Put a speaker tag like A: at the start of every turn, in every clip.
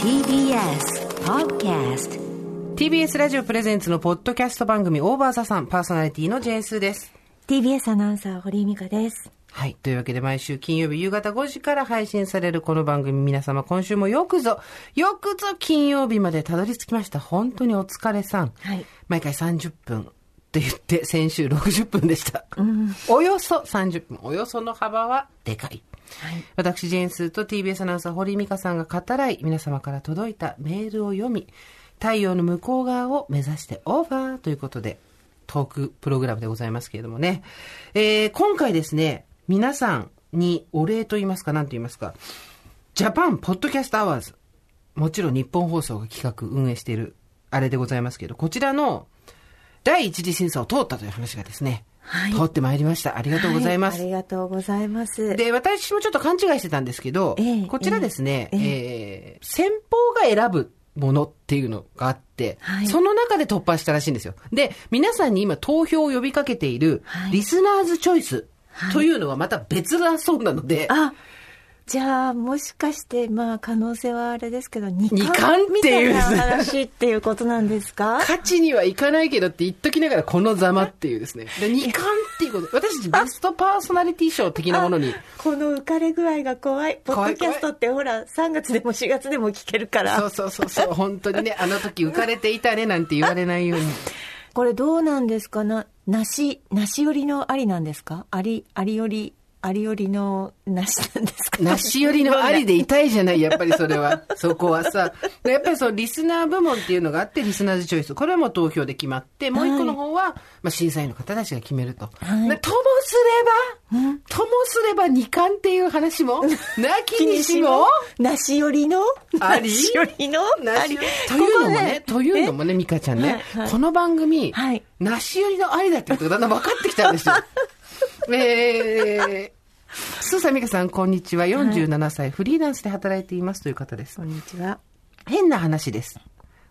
A: TBS Podcast
B: TBS ラジオプレゼンツのポッドキャスト番組オーバーザさんパーソナリティの JS です。
C: TBS アナウンサー堀井美香です
B: はい。というわけで毎週金曜日夕方5時から配信されるこの番組皆様今週もよくぞ、よくぞ金曜日までたどり着きました。本当にお疲れさん。
C: はい
B: 毎回30分って言って先週60分でした。およそ30分。およその幅はでかい。
C: はい
B: 私ジェーンスーと TBS アナウンサー堀井美香さんが語らい皆様から届いたメールを読み太陽の向こう側を目指してオーバーということでトークプログラムでございますけれどもね、えー今回ですね皆さんにお礼と言いますか何と言いますかジャパンポッドキャストアワーズもちろん日本放送が企画運営しているあれでございますけどこちらの第一次審査を通ったという話がですね、
C: はい
B: 通ってまいりましたありがとうございます、
C: はありがとうございます
B: で、私もちょっと勘違いしてたんですけど、
C: ええ
B: こちらですね、え
C: ええ
B: ー先方が選ぶものっていうのがあって、
C: はい
B: その中で突破したらしいんですよ。で、皆さんに今投票を呼びかけている
C: は、い
B: リスナーズチョイス
C: はい
B: というのはまた別だそうなので、
C: あじゃあもしかしてまあ可能性はあれですけど二
B: 二冠
C: 冠
B: っ
C: み
B: て
C: た
B: い
C: いうな話っていうことなんですか
B: 勝ちにはいかないけどって言っときながらこのざま っていうですね。で二冠っていうこと。私たちベストパーソナリティ賞的なもの に。
C: この浮かれ具合が怖いポ
B: 怖
C: ッ
B: い
C: ドキャストってほら3月でも4月でも聞けるから
B: そうそうそうそう。本当にね、あの時浮かれていたねなんて言われない ように。
C: これどうなんですかな梨梨寄りのありなんですかありありよりありよりの梨なんですか
B: 梨寄りのありで痛いじゃない、やっぱりそれ は。そこはさ。でやっぱりそのリスナー部門っていうのがあって、リスナーズチョイス。これはもう投票で決まって、もう一個の方は、まあ審査員の方たちが決めると。
C: はい
B: まあともすれば、ともすれば二冠っていう話も、なきにしも、
C: 梨寄りの
B: あり
C: 梨寄りのあ
B: 梨
C: り
B: 寄りというのもね、
C: こと
B: いうのもね、ミカちゃんね、
C: はいはい
B: この番組、
C: はい
B: 梨寄りのありだってことがだんだん分かってきたん ですよ。えー、スーサミカさん、こんにちは。47歳、フリーランスで働いていますという方です
C: こ。んにちは
B: 変な話です。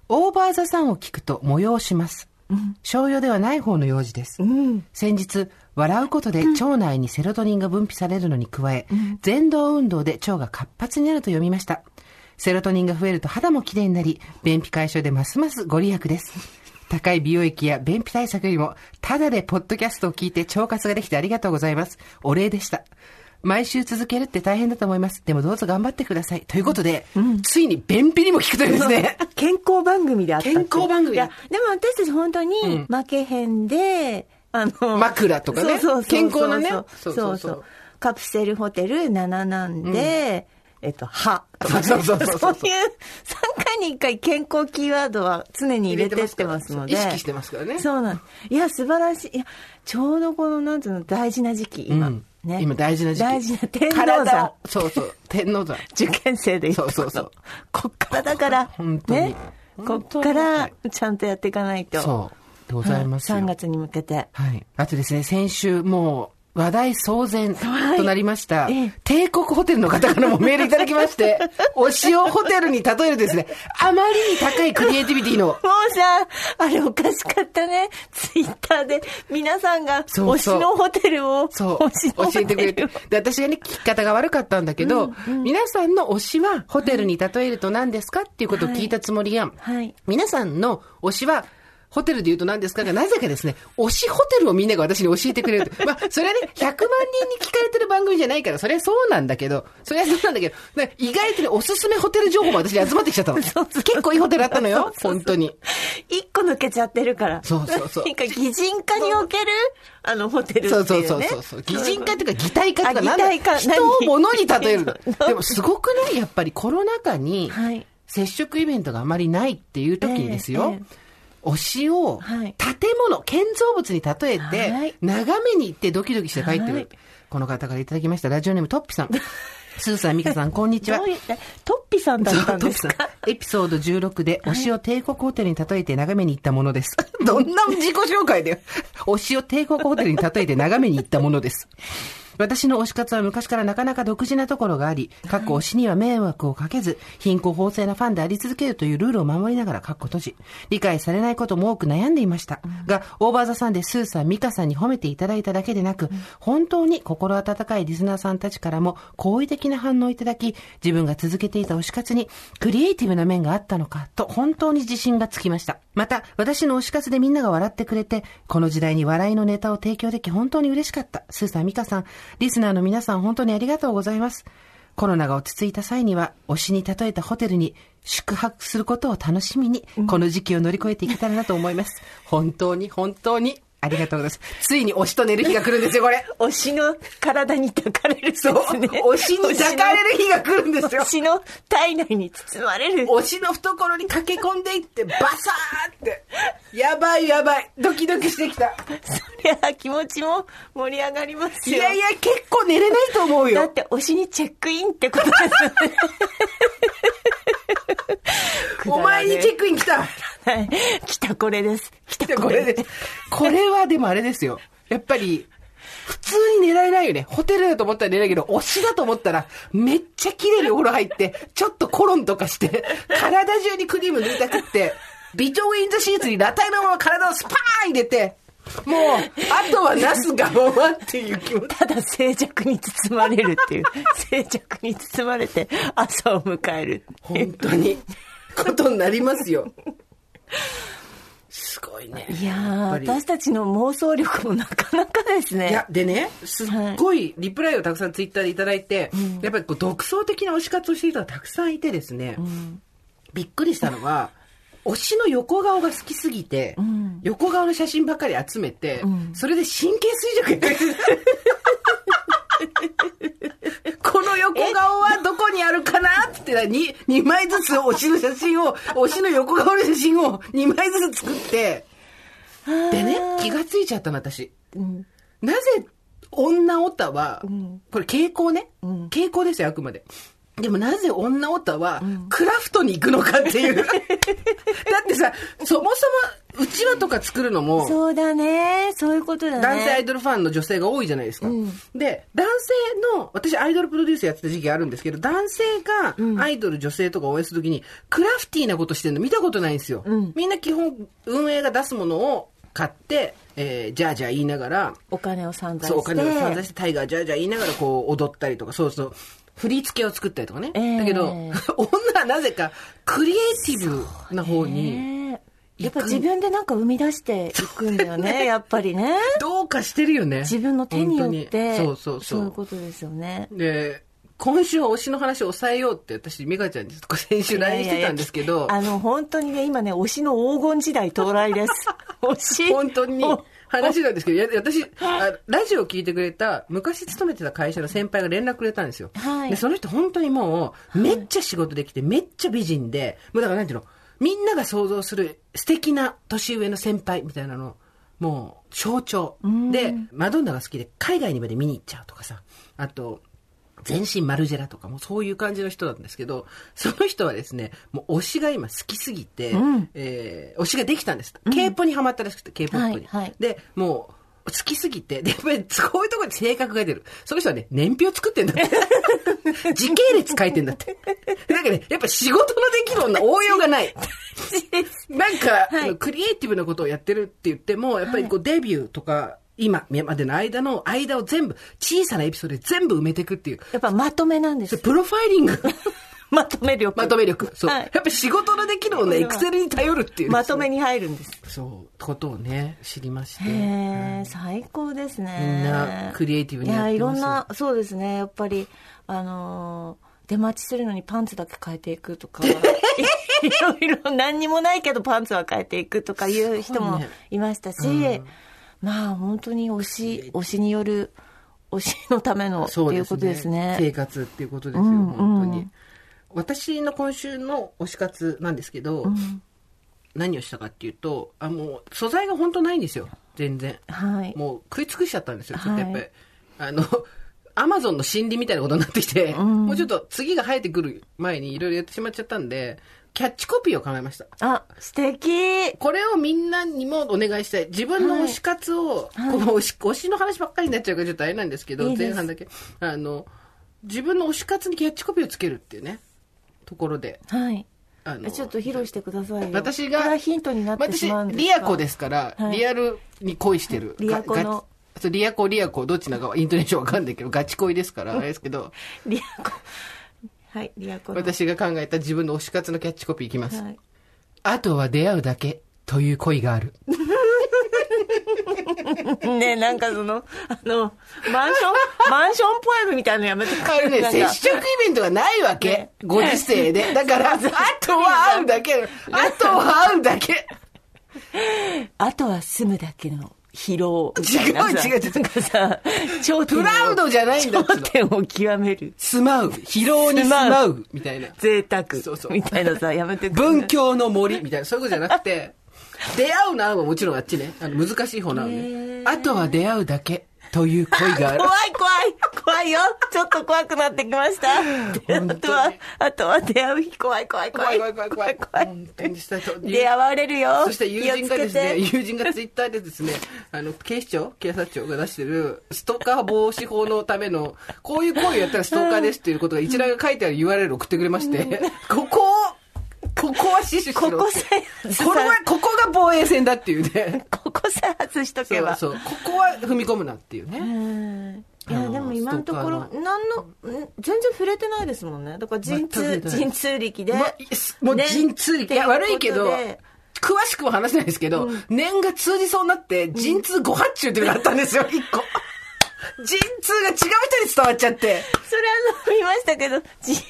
B: オーバーザさんを聞くと催します。商用ではない方の用事です。
C: うん
B: 先日笑うことで腸内にセロトニンが分泌されるのに加え、前動運動で腸が活発になると読みましたセロトニンが増えると肌も綺麗になり便秘解消でますますご利益です高い美容液や便秘対策よりもただでポッドキャストを聞いて腸活ができてありがとうございますお礼でした毎週続けるって大変だと思いますでもどうぞ頑張ってくださいということで、ついに便秘にも効くというですね
C: 健康番組であったっていう
B: 健康番組
C: いやでも私たち本当に負けへんで、あの
B: 枕とかね
C: そうそうそうそう
B: 健康なね
C: そう
B: そ
C: そうう
B: そうそう
C: カプセルホテル7なんで、えっと、歯とか、ね、
B: そうそうそうそう
C: そういう3回に1回健康キーワードは常に入れてってますので
B: 意識してますからね
C: そうなんいや素晴らしいいやちょうどこのなんていうの大事な時期今、
B: うん
C: ね
B: 今大事な時期
C: 大事な天王
B: 体
C: 山
B: をそう そう天王山
C: 受験生でいいとこの
B: そうそうそう
C: こっからだから
B: 本当に
C: ねこ
B: 本当
C: っか
B: に
C: らちゃんとやっていかないと
B: そう。でございますよ。
C: 3月に向けて
B: はい。あとですね、先週、もう、話題騒然
C: はい
B: となりました、
C: ええ
B: 帝国ホテルの方からもメールいただきま して、お塩ホテルに例えるとですね、あまりに高いクリエイティビティの、
C: もうさあれおかしかったねツイッターで皆さんが
B: そう
C: 推
B: そう
C: しのホテルを
B: そう、
C: 推しの
B: 教
C: ホテ
B: え
C: ル
B: てくれて
C: を。
B: で、私がね、聞き方が悪かったんだけど、皆さんの推しはホテルに例えると何ですかっていうことを聞いたつもりが、
C: はい
B: 皆さんの推しは、ホテルで言うと何ですかが、なぜかですね、推しホテルをみんなが私に教えてくれると。ま あ、それはね、100万人に聞かれてる番組じゃないから、それはそうなんだけど、それはそうなんだけど、だから意外とね、おすすめホテル情報も私に集まってきちゃったの。結
C: そうそう
B: 構いいホテルあったのよ、本当に。
C: 一個抜けちゃってるから
B: そうそうそう
C: なんか擬人化におけるあのホテルっていうね
B: そうそうそうそうそう。擬人化っていうか擬態化とか
C: あ
B: なんだ
C: 擬態化
B: 人を物に例えるの
C: 何
B: でもすごくないやっぱりコロナ禍に
C: はい
B: 接触イベントがあまりないっていう時にですよ
C: えええ。
B: 推しを
C: はい
B: 建物、建造物に例え
C: はい
B: て、眺めに行ってドキドキして帰ってく
C: はい
B: る。この方からいただきました。ラジオネームトッピさん。スーさん、ミカさん、こんにちは
C: どう。いうえトッピさんだったんです
B: そうトッ
C: か
B: プさんエピソード16で、推しを帝国ホテルに例えて眺めに行ったも のです。どんな自己紹介だよ。推しを帝国ホテルに例えて眺めに行ったものです。私の推し活は昔からなかなか独自なところがあり、かっこ推しには迷惑をかけず、貧困法制なファンであり続けるというルールを守りながら、かっこ閉じ、理解されないことも多く悩んでいました。が、オーバーザさんでスーさん、ミカさんに褒めていただいただけでなく、本当に心温かいリスナーさんたちからも好意的な反応をいただき、自分が続けていた推し活に、クリエイティブな面があったのか、と本当に自信がつきました。また、私の推し活でみんなが笑ってくれて、この時代に笑いのネタを提供でき本当に嬉しかった。スーさん、ミカさん、リスナーの皆さん本当にありがとうございます。コロナが落ち着いた際には、推しに例えたホテルに宿泊することを楽しみに、この時期を乗り越えていけたらなと思います。本当に、本当に、ありがとうございます。ついに推しと寝る日が来るんですよ、これ。
C: 推しの体に抱かれる
B: そう。推しに抱かれる日が来るんですよ
C: 推。しの体内に包まれる。
B: 推しの懐に駆け込んでいって、バサーって。やばいやばい。ドキドキしてきた。
C: そりゃ気持ちも盛り上がります
B: い
C: よ。
B: やいや、結構寝れないと思う
C: だ
B: よ
C: っ。て推しにチェックインってことですよねくだ
B: お
C: ら
B: 前
C: ねえ
B: にチェックイン来た。
C: はい 来たこれです。来た
B: こ
C: こ
B: れ
C: れ
B: で
C: ですす。。
B: これはでもあれですよ。やっぱり、普通に寝られないよね。ホテルだと思ったら寝れないけど、推しだと思ったら、めっちゃ綺麗にお風呂入って、ちょっとコロンとかして、体中にクリーム塗りたくって、ビジョンインザシーツに裸体のまま体をスパーン入れて、もう、あとはなすがままっていう気持ち。
C: ただ静寂に包まれるっていう。 静寂に包まれて朝を迎える。
B: 本当に、 ことになりますよ。すごいね。
C: いや
B: っ
C: ー
B: ぱり
C: 私たちの妄想力もなかなかですね。
B: いや、でね、すっごいリプライをたくさんツイッターでいただいて、やっぱりこう独創的な推し活をしている人がたくさんいてですね、びっくりしたのは、推しの横顔が好きすぎて、横顔の写真ばっかり集めて、それで神経衰弱やってる この横顔はどこにあるかなって言って 2, 枚ずつ推しの写真を、推しの横顔の写真を2枚ずつ作って、でね、気がついちゃったの私。
C: うん
B: なぜ女オタは、
C: ん
B: これ傾向ね、
C: ん
B: 傾向ですよ、あくまで。でもなぜ女オタは、クラフトに行くのかっ ていう。だってさ、そもそも、うちわとか作るのも、
C: そうだね。そういうことだね。
B: 男性アイドルファンの女性が多いじゃないですか。
C: うん
B: で、男性の、私アイドルプロデュースやってた時期があるんですけど、男性
C: うん
B: がアイドル女性とか応援するときに、クラフティーなことしてるの見たことないんですよ。
C: うん
B: みんな基本、運営が出すものを買って、えーじゃあじゃあ言いながら、
C: お金を散財して。
B: そう、お金を散財して、タイガー、じゃあじゃあ言いながらこう、踊ったりとか、そうそう、振り付けを作ったりとかね。
C: ええ
B: だけど、 女はなぜか、クリエイティブな方に、
C: ねやっぱ自分でなんか生み出していくんだよね、やっぱりね。
B: どうかしてるよね。
C: 自分の手によって、
B: 本当にそうそうそう。
C: いうことですよね。
B: で、今週は推しの話を抑えようって、私、美香ちゃんにちょっと先週 LINE してたんですけど、
C: あの、本当にね、今ね、推しの黄金時代到来です。推し。
B: 本当に
C: お
B: 話なんですけど、や私あ、ラジオを聞いてくれた、昔勤めてた会社の先輩が連絡くれたんですよ。
C: はい
B: でその人本当にもう、めっちゃ仕事できて、めっちゃ美人で、もうだからなんていうの、みんなが想像する素敵な年上の先輩みたいなの、もう象徴。で、マドンナが好きで海外にまで見に行っちゃうとかさ、あと、全身マルジェラとかもそういう感じの人なんですけど、その人はですね、もう推しが今好きすぎて、
C: うん
B: えー推しができたんです。K-POP にハマったらしくて、K-POP ポップに
C: はいはい
B: で、もう、好きすぎて、で、やっぱり、こういうところに性格が出る。その人はね、年表作ってんだ って。時系列書いてんだって。なんかね、やっぱ仕事のできる女、応用 がない。なんか、
C: はい
B: あのクリエイティブなことをやってるって言っても、やっぱりこう、デビューとか、今、までの間の間を全部、小さなエピソードで全部埋めていくっていう。
C: やっぱまとめなんで
B: それ
C: す。
B: プロファイリ ング。
C: まとめ力。
B: まとめ力。そう。
C: はい
B: やっぱ仕事のできる女、エクセルに頼るっていう。
C: まとめに入るんです。
B: そう、ことをね、知りまして。
C: へえ、最高ですね。
B: みんなクリエイティブにやってま
C: や
B: す
C: いろんな、そうですね。やっぱり、あのー出待ちするのにパンツだけ変えていくとか、いろいろ何にもないけどパンツは変えていくとかいう人
B: すごい
C: も
B: ね
C: いましたし、まあ本当に推し、推しによる、推しのためのって
B: そう
C: い
B: で
C: う
B: す
C: こ
B: ね
C: とですね。
B: 生活っていうことですよ、
C: うん
B: 本当
C: う
B: に
C: ん。
B: 私の今週の推し活なんですけど、何をしたかっていうと、あ、もう素材が本当ないんですよ、全然。
C: はい。
B: もう食い尽くしちゃったんですよ、ちょっとやっぱり。
C: は
B: あの、アマゾンの心理みたいなことになってきて、もうちょっと次が生えてくる前にいろいろやってしまっちゃったんで、キャッチコピーを考えました。
C: あ、素敵。
B: これをみんなにもお願いしたい。自分の推し活を、この推し、推しの話ばっかりになっちゃうからちょっとあれなんですけど、
C: いいです
B: 前半だけ。あの、自分の推し活にキャッチコピーをつけるっていうね、ところで。
C: はい。
B: あの
C: えちょっと披露してくださいよ。
B: 私が、
C: これはヒントになってしまうんです。
B: 私、リアコですすから、
C: はい
B: リアルに恋してる。
C: リアコの
B: ガチ。そうリアコ、リアコ、どっちなんかはイントネーションわかんないけど、ガチ恋ですから、あれですけど、
C: リアコ。はい、リアコの。
B: 私が考えた自分の推し活のキャッチコピーいきます。
C: はい。
B: あとは出会うだけという恋がある。
C: ねえなんかその、あの、マンショ ン、マンションポエムみたいなのやめてく
B: あれね、
C: なん
B: 接
C: か
B: 触イベントがないわけ。
C: ね
B: ご時世で。だから、あとは会うだけ。あとは会うだけ。
C: あとは住むだけの疲労みたいなさ。
B: 違う違う違う
C: なんかさ、頂点を
B: プラウドじゃないんだっつうの
C: 頂点を極める。
B: 住まう。疲労に住まう。みたいな。
C: 贅沢。
B: そうそう
C: みたいなさ、やめてく れ
B: 文教の森みたいな、そういうことじゃなくて、出会うのはもちろんあっちね。あの難しい方なのね。あとは出会うだけという恋があ
C: 怖。い
B: る
C: 怖い怖いよちょっと怖くなってきました。あとは、あとは出会う日怖い怖い怖
B: 怖
C: い。
B: い怖い怖い怖い。本当にしたいと。
C: 出会われるよ。
B: そして友人がですね、
C: 気をつけて
B: 友人がツイッターでですね、 あの、警視庁、警察庁が出してる、ストーカー防止法のための、こういう行為をやったらストーカーですっていうことが一覧が書いてある URL を送ってくれまして、 ここを、ここは死守しろ
C: ここ
B: って
C: さ
B: これは、ここが防衛線だっていうね。
C: ここさえ外しと
B: そ
C: け
B: う
C: ば。
B: そう。ここは踏み込むなっていうね。
C: うんい
B: あ
C: や
B: の
C: でも今のところ
B: ストーカー
C: 何のん全然触れてないですもんねだから陣
B: 全
C: 痛
B: く触れてない
C: 陣痛力で、
B: まもう陣痛力。いや、悪いけど
C: ということで、
B: 詳しくは話せないですけど、年が通じそうになって、陣痛ご発注っていうのがあったんですよ、一個。陣痛が違う人に伝わっちゃって。
C: それあの見ましたけど陣痛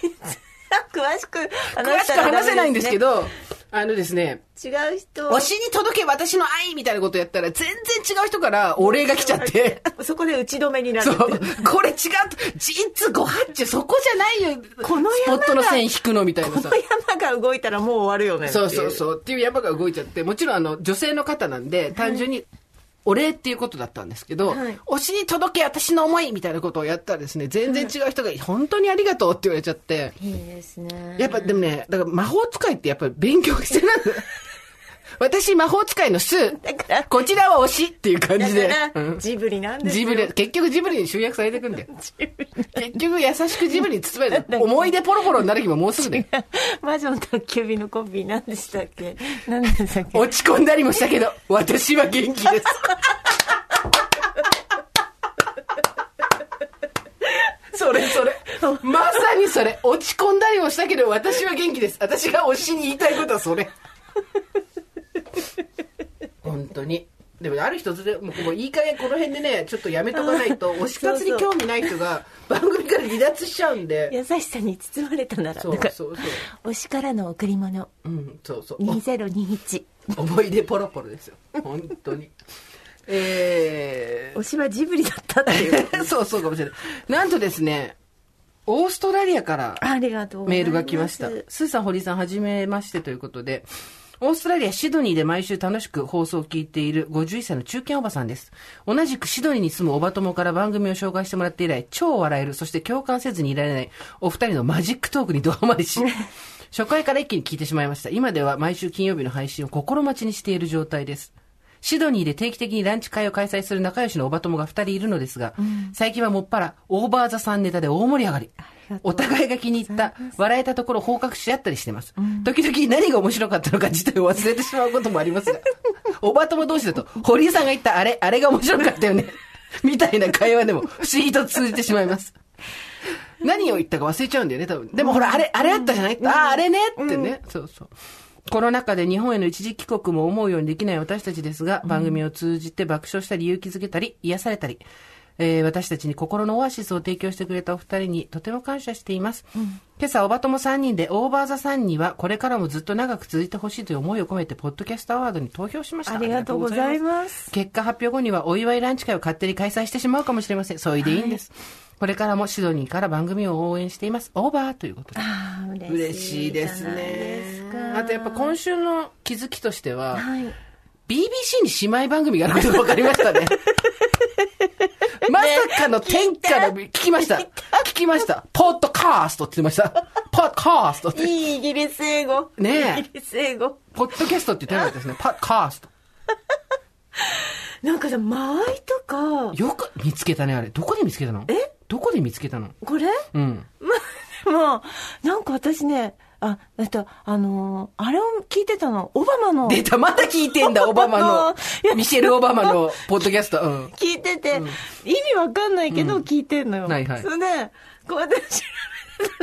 C: 詳しく
B: 詳
C: 話
B: し
C: し
B: く
C: たらダメね
B: 話せないんですけど、あのですね、
C: 違う人
B: 推しに届け私の愛みたいなことやったら、全然違う人からお礼が来ちゃって。
C: そこで打ち止めになる
B: そう。
C: って
B: これ違うと、陣痛ご発注、そこじゃないよ。
C: この
B: スポ
C: 山が
B: ットの線引くのみたいな
C: こ
B: さ
C: の。山が動いたらもう終わるよねってい
B: そうそうそう。っていう山が動いちゃって、もちろんあの、女性の方なんで、単純に、お礼っていうことだったんですけど、
C: はい
B: 推しに届け私の思いみたいなことをやったらですね、全然違う人が、本当にありがとうって言われちゃって、
C: いいですね
B: やっぱでもね、だから魔法使いってやっぱり勉強 してなんだ私魔法使いの数
C: だから、
B: こちらは推しっていう感
C: だ
B: じで
C: か、
B: う
C: ら
B: ん
C: ジブリなんです
B: ジ
C: よ
B: ブリ、結局ジブリに集約されていく んだよ。
C: ジブリ
B: 結局優しくジブリに包 まれて、思い出ポロポロになる日ももうすぐで、
C: 魔女の宅急便のコンビ何でしたっけ何でしたっけ
B: 落ち込んだりもしたけど、私は元気です。それそれ。まさにそれ。落ち込んだりもしたけど、私は元気です。私が推しに言いたいことはそれ。本当に。でもある日突然、もうもういい加減この辺でね、ちょっとやめとかないと、推し活に興味ない人が番組から離脱しちゃうんで。
C: 優しさに包まれたなら
B: そう
C: だから
B: そうそう。
C: 推しからの贈り物
B: うん、そうそう。
C: 2021
B: お思い出ポロポロですよ。本当に。えー
C: 推しはジブリだったっていう
B: そうそうかもしれない。なんとですね、オーストラリアから
C: ありがとうござい
B: メ
C: ます
B: ールが来ました。スーさん、堀さん、はじめましてということで、オーストラリア・シドニーで毎週楽しく放送を聞いている51歳の中堅おばさんです。同じくシドニーに住むおば友から番組を紹介してもらって以来、超笑える、そして共感せずにいられない、お二人のマジックトークにドハマりし、初回から一気に聞いてしまいました。今では毎週金曜日の配信を心待ちにしている状態です。シドニーで定期的にランチ会を開催する仲良しのおば友が二人いるのですが、最近はもっぱらオーバーザさんネタで大盛り上がり
C: りが。とう
B: お互いが気に入った、笑えたところを報告し合ったりしてます。時々何が面白かったのか自体を忘れてしまうこともありますが、 おば友同士だと、堀井さんが言ったあれ、あれが面白かったよね。みたいな会話でも不思議と通じてしまいます。何を言ったか忘れちゃうんだよね、多分。でもほら、あれ、あれあったじゃない、ああ、あれねってね、そうそう。コロナ禍で日本への一時帰国も思うようにできない私たちですが、番組を通じて爆笑したり勇気づけたり、癒されたり、えー私たちに心のオアシスを提供してくれたお二人にとても感謝しています。今朝、おばとも3人で、オーバーザ3人は、これからもずっと長く続いてほしいという思いを込めて、ポッドキャストアワードに投票しました。
C: ありがとうございます
B: 結果発表後にはお祝いランチ会を勝手に開催してしまうかもしれません。それでいいんです。これからもシドニーから番組を応援しています。オーバーということで。
C: あー
B: 嬉しいです
C: じゃないで
B: ね
C: す。か
B: あとやっぱ今週の気づきとしては、
C: はい
B: BBC に姉妹番組があることが分かりましたね。まさかの天下の、聞きました。聞きました。ポッドカーストって言ってました。ポッドカーストって。
C: いいイギリス英語。
B: ねえ
C: イギリス英語。
B: ポッドキャストって言ってなかったですね。パッドカースト。
C: なんかさ、間合いとか、
B: よく見つけたね、あれ。どこで見つけたの
C: え
B: どこで見つけたの
C: これ
B: うん。
C: ま、まあ、なんか私ね、あ、えっと、あのーあれを聞いてたの、オバマの。
B: 出た、また聞いてん だ、オバマの
C: い。や
B: ミシェル・オバマ のポッドキャスト。うん。
C: 聞いてて、意味わかんないけど聞いてんのよ。
B: はいはい
C: それで、こうやって調べ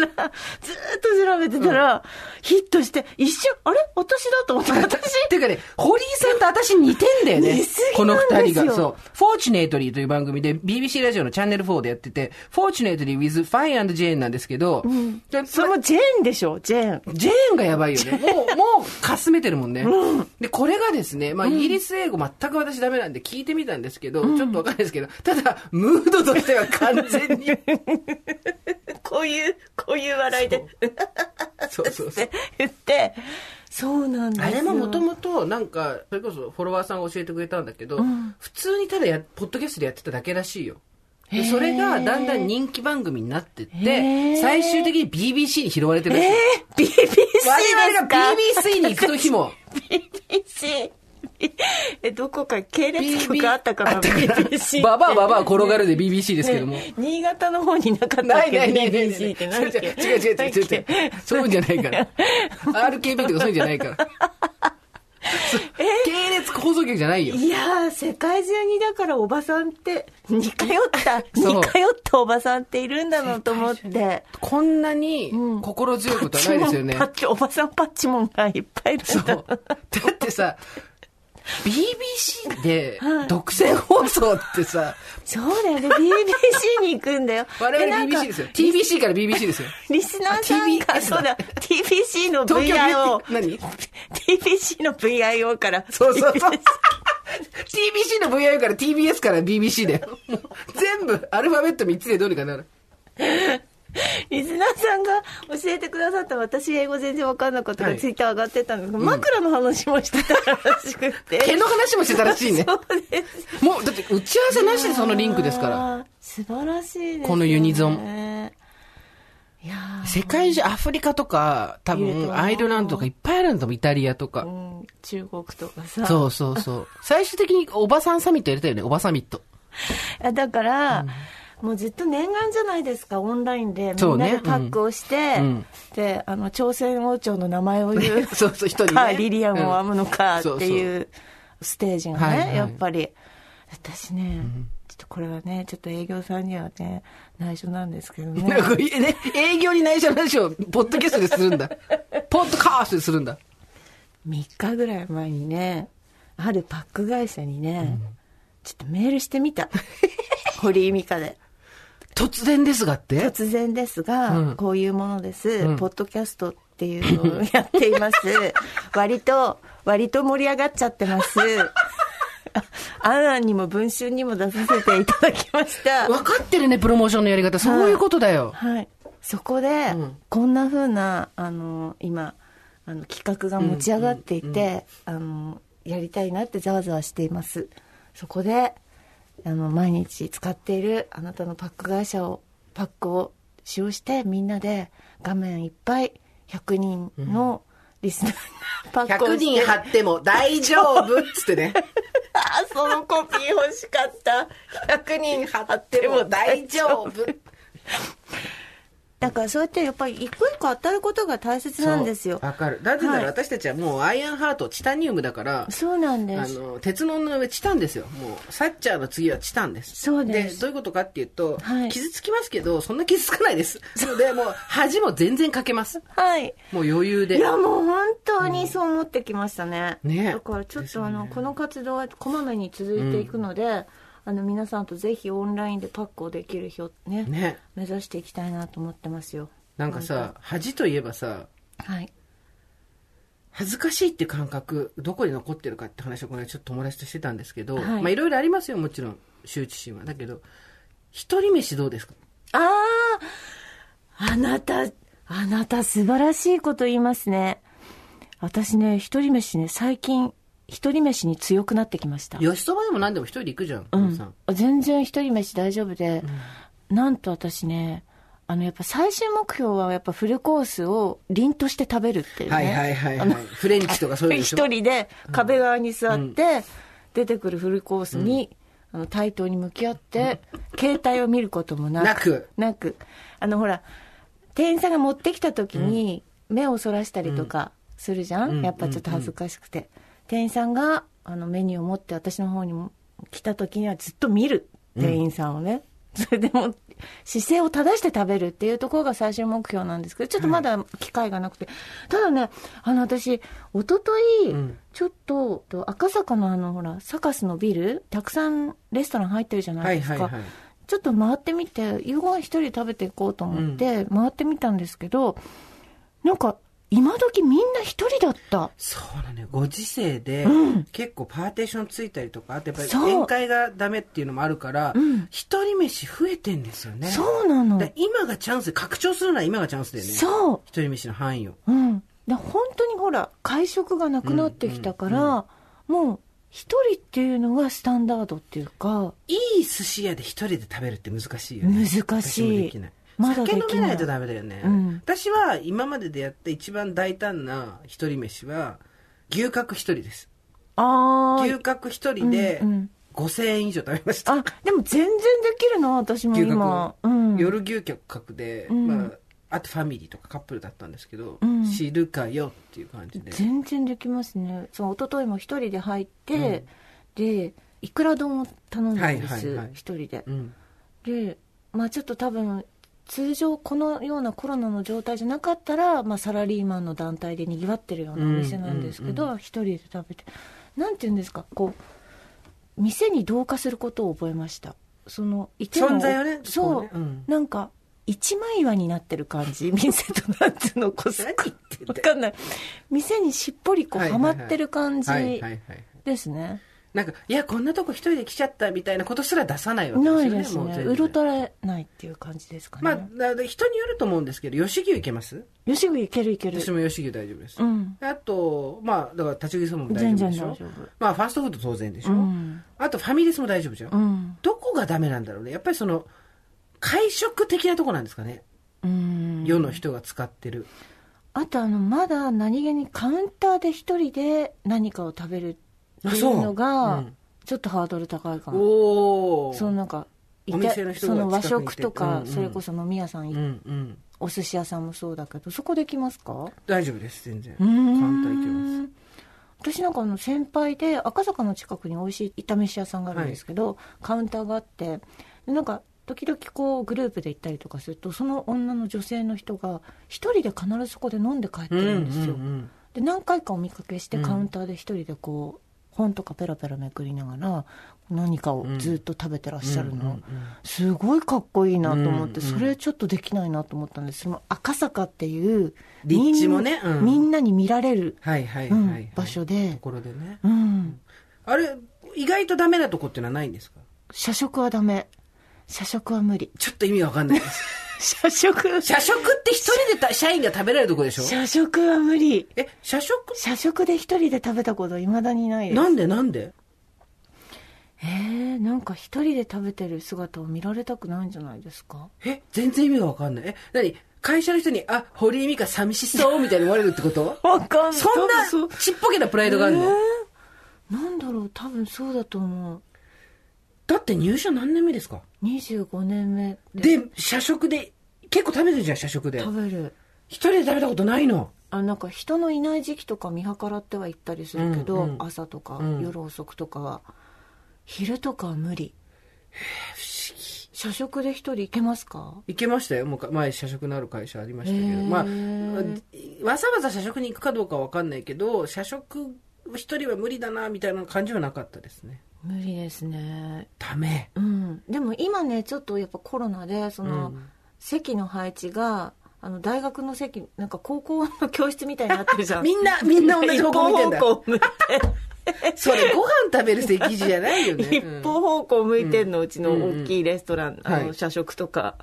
C: てたら、ずーっと調べてたら、ヒットして、一瞬、あれ私だと思って、私
B: ていうかね、堀井さんと私似てんだよね
C: 似す。ぎ
B: こ
C: な
B: の
C: んですよ
B: 二人が。そう。フォーチュネートリーという番組で BBC ラジオのチャンネル4でやってて、フォーチュネートリー with Fine and Jane なんですけど、で
C: それもジェーンでしょ、ジェーン。
B: ジェーンがやばいよ ね。もう、もう、かすめてるもんね。で、これがですね、まあ、イギリス英語全く私ダメなんで聞いてみたんですけど、ちょっとわかんないですけど、ただ、ムードとしては完全 に、
C: こういう、こういう笑いで、
B: そうそうそう。
C: 言って、そうなんですよ
B: あれももともとなんかそれこそフォロワーさんが教えてくれたんだけど、普通にただやポッドキャストでやってただけらしいよでそれがだんだん人気番組になってっ
C: へ
B: て
C: ー
B: 最終的に BBC に拾われてるらしい、
C: えー BBC ですか
B: 我々が BBC に行く時も
C: BBC。え、どこか系列局があったかな、BBC。
B: ババアババア転がるで BBC です けども、
C: ね新潟の方になかったっけ
B: ないないないないない
C: BBC って何
B: 違う
C: だっけ
B: 違う違う違う違う違うそういうんじゃないから RKB とかそういうんじゃないからそう系列放送局じゃないよ
C: いやー、世界中にだからおばさんって、似通った、似
B: そう
C: 通ったおばさんっているんだなと思って。
B: こんなに心強いことはないですよね、
C: パッチモンパッチおばさんパッチモンがいっぱいいる
B: そ
C: ん
B: う。
C: だ
B: だってさ、BBC で独占放送ってさ、
C: そうだよね。BBC に行くんだよ。
B: 我
C: でな
B: 々
C: んか
B: BBC ですよ。TBC から BBC ですよ。
C: リスナーさん
B: あ
C: が、
B: TBS
C: そうだ、TBC の
B: 東京
C: VIO、
B: 何
C: TBC の VIO から、
B: そうそうそう。TBC の VIO から TBS から BBC だよ。もう全部アルファベット3つでどうにかなる。
C: リスナーさんが教えてくださった私英語全然わかんなかったか
B: は
C: ら
B: い
C: ツイッター上がってたんですけど、枕の話もしてたらしくて。
B: 毛の話もしてたらしいね。
C: そうです。
B: もうだって打ち合わせなしでそのリンクですから。
C: ら。素晴らしいです、ね。
B: このユニゾ
C: ン。いやー
B: 世界中、アフリカとか、多
C: いると思
B: 分
C: う
B: アイルランドとかいっぱいあるんだもん、イタリアとか。
C: うん中国とかさ。
B: そうそうそう。最終的におばさんサミットやりたいよね、おばサミット。
C: あだから、もうずっと念願じゃないですかオンラインでみ
B: そうんね
C: なでパックをして、
B: うんうん
C: であの朝鮮王朝の名前を言う
B: そうそう人にね
C: かリリアムを編むのかっ
B: うん
C: ていうステージがね、
B: はいはい
C: やっぱり私ね、ちょっとこれはねちょっと営業さんにはね内緒なんですけどね
B: なんかね、営業に内緒の話をポッドキャストでするんだ。ポッドカーストでするんだ。
C: 3日ぐらい前にねあるパック会社にね、ちょっとメールしてみ た堀井美香で。
B: 突然ですがって
C: 突然ですが、
B: うん
C: こういうものです、
B: うん
C: ポッドキャストっていうのをやってい ます割と割と盛り上がっちゃってます あんあんにも文春にも出させていただきました
B: 分かってるね、プロモーションのやり方。そういうことだよ。
C: はいそこで、
B: ん
C: こんな風なあの今あの企画が持ち上がっていて、あのやりたいなってざわざわしていますそこであの毎日使っているあなたのパック会社をパックを使用してみんなで画面いっぱい100人のリスナーがパックをして、あ
B: っても大丈夫っつって ね。
C: あそのコピー欲しかった100人貼って も大丈夫
B: 夫。
C: だからそうやってやっぱり一個一個当たることが大切なんですよ
B: わかる。だってな
C: はい
B: ら私たちはもうアイアンハート、チタニウムだから、
C: そうなんで
B: あ
C: す
B: の鉄の女の上チタンですよもうサッチャーの次はチタンです
C: そうです
B: どういうことかっていうと、
C: はい
B: 傷つきますけどそんな傷つかないですなのでもう恥も全然かけます
C: はい
B: もう余裕で
C: いやもう本当にそう思ってきましたね,、
B: うんね
C: だからちょっとあの、この活動はこまめに続いていくので、あの皆さんとぜひオンラインでパックをできる日をね
B: ね
C: 目指していきたいなと思ってますよ
B: なんかさ恥といえばさ
C: はい
B: 恥ずかしいっていう感覚どこに残ってるかって話をこの間ちょっと友達としてたんですけど、
C: はい
B: まあいろいろありますよもちろん羞恥心はだけど一人飯どうですか
C: あああなたあなた素晴らしいこと言いますね私ね一人飯ね最近一人飯に強くなってきました
B: 吉そばでも何でも一人で行くじゃん。
C: う
B: おじさ
C: ん
B: ん、
C: 全然一人飯大丈夫で、なんと私ねあのやっぱ最終目標はやっぱフルコースを凛として食べるっていうね
B: はいはいはいは
C: あ
B: い。
C: の
B: フレンチとかそういうのでしょ
C: 一人で壁側に座って出てくるフルコースに、あの対等に向き合って、携帯を見ることもなく
B: なく
C: なくあのほら店員さんが持ってきた時に目をそらしたりとかするじゃん、
B: うん
C: やっぱちょっと恥ずかしくて、店員さんがあのメニューを持って私の方にも来た時にはずっと見る店員さんをね、それでも姿勢を正して食べるっていうところが最終目標なんですけどちょっとまだ機会がなくて、ただねあの私一昨日、
B: うん
C: ちょっとと赤坂のあのほらサカスのビルたくさんレストラン入ってるじゃな
B: はいい
C: ですか、
B: はいはい。
C: ちょっと回ってみて夕ご飯一人で食べていこうと思って回ってみたんですけど、なんか今時みんな一人だった
B: そうだね。ご時世で、結構パーテーションついたりとか、あとやっぱり
C: そう
B: 宴会がダメっていうのもあるから
C: ん、
B: 一人飯増えてんですよね。
C: そうなの
B: だから今がチャンス、拡張するのは今がチャンスだよね。
C: そ
B: 一人飯の範囲を。
C: ううんだ本当にほら会食がなくなってきたから、もう一人っていうのがスタンダードっていうか
B: いい寿司屋で一人で食べるって難しいよね。
C: 難
B: 私も
C: し
B: で
C: い
B: きない。
C: まだできない
B: 酒飲めないとダメだよね、
C: うん
B: 私は今まででやって一番大胆な一人飯は牛角一人です
C: ああ
B: 牛角一人で
C: うんうん
B: 5000円以上食べました、
C: あでも全然できるな私も
B: 牛
C: 今
B: 角、
C: うん、
B: 夜牛角で、
C: うん
B: まあ、あとファミリーとかカップルだったんですけど、
C: うん
B: 知るかよっていう感じで
C: 全然できますねそう一昨日も一人で入って、でいくら丼を頼んだんです、
B: はいはいはい
C: 一人で
B: うん
C: でまあちょっと多分通常このようなコロナの状態じゃなかったら、まあ、サラリーマンの団体でにぎわってるようなお店なんですけど、
B: うん
C: 一人で食べてなんて言うんですかこう店に同化することを覚えましたそのいても
B: 存在をね
C: そう
B: こねうん
C: なんか一枚岩になってる感じ店となんていうのこう
B: 何言ってん
C: わ
B: だ
C: か
B: よ
C: んない店にしっぽりこう
B: はい
C: は
B: はいは
C: ま
B: い
C: ってる感じ
B: はいはいはい
C: ですね
B: なんかいやこんなとこ一人で来ちゃったみたいなことすら出さないわけですよ
C: な
B: ね
C: いです
B: もう全
C: ね
B: 然
C: うろたれないっていう感じですか
B: まあ
C: ね、
B: だだ人によると思うんですけど吉牛いけます
C: 吉食いけるいける
B: 私も吉牛大丈夫です、
C: うん
B: あとまあだから立ち食いそばも大
C: 全
B: 丈夫
C: 然
B: で
C: 大
B: し
C: 丈
B: ょ
C: 夫
B: まあファーストフード当然でしょ、
C: うん
B: あとファミレスも大丈夫じゃん、
C: うん
B: どこがダメなんだろうねやっぱりその会食的なとこなんですかね、
C: うん
B: 世の人が使ってる
C: あとあのまだ何気にカウンターで一人で何かを食べるっていうの
B: う
C: が
B: ん
C: ちょっとハードル高いかも、
B: おお
C: そのなんかいた
B: お店の人が
C: その和食と
B: 近
C: か
B: くにいてうんう
C: そ
B: ん
C: れこそ飲み屋さん、
B: うんうん
C: お寿司屋さんもそうだけどそこできますか
B: 大丈夫です全然
C: うーん
B: カウンター行けます
C: 私なんかあの先輩で赤坂の近くに美味しい炒飯屋さんがあるんですけど、カウンターがあってでなんか時々こうグループで行ったりとかするとその女の女性の人が一人で必ずそこで飲んで帰って
B: うんう
C: る
B: ん
C: んですよ、
B: うん
C: で何回かお見かけして
B: うん
C: カウンターで一人でこう本とかペラペラめくりながら何かをずっと食べてらっしゃるの、
B: うんうんうん
C: すごいかっこいいなと思って、
B: うんう
C: そ
B: ん
C: れちょっとできないなと思ったんですその赤坂っていう
B: 立地もね
C: みん
B: うん
C: みんなに見られる、
B: はいはい
C: うん
B: はい、はい
C: 場所
B: と
C: で、
B: ころでね
C: うん、
B: あれ意外とダメなとこってのはないんですか
C: 社食はダメ社食は無理
B: ちょっと意味がわかん ないです
C: 社食
B: 社食って一人でた社員が食べられるとこでしょ
C: 社食は無理
B: え社食
C: 社食で一人で食べたこといまだにないです
B: なんでなんで
C: えー、なんか一人で食べてる姿を見られたくないんじゃないですか
B: え全然意味がわかんないえ何会社の人に「あ堀井美香寂しそう」みたいに言われるってこと
C: わかんない
B: そん
C: そう
B: なちっぽけなプライドがあるの、
C: なんだろう多分そうだと思う
B: だって入社何年目ですか
C: 25年目で
B: で社食で結構食べてるじゃん社食で
C: 食べる
B: 一人で食べたことないの
C: あなんか人のいない時期とか見計らっては行ったりするけど、
B: うんうん
C: 朝とか
B: うん
C: 夜遅くとかは、昼とかは無理
B: 不思議
C: 社食で一人行けますか
B: 行けましたよもうか前社食のある会社ありましたけど
C: へー
B: まあわざわざ社食に行くかどうかわかんないけど社食一人は無理だなみたいな感じはなかったですね
C: 無理ですね
B: ダメ
C: うんでも今ねちょっとやっぱコロナでその、
B: うん
C: 席の配置があの大学の席なんか高校の教室みたいになってるじゃん
B: みんなみんな同じ方向見てんだ
C: 一方向向い
B: それご飯食べる席じ ゃないよね
C: て一方方向向いてんの、うちの大きいレストラン、あ
B: は
C: の
B: い
C: 社食とか、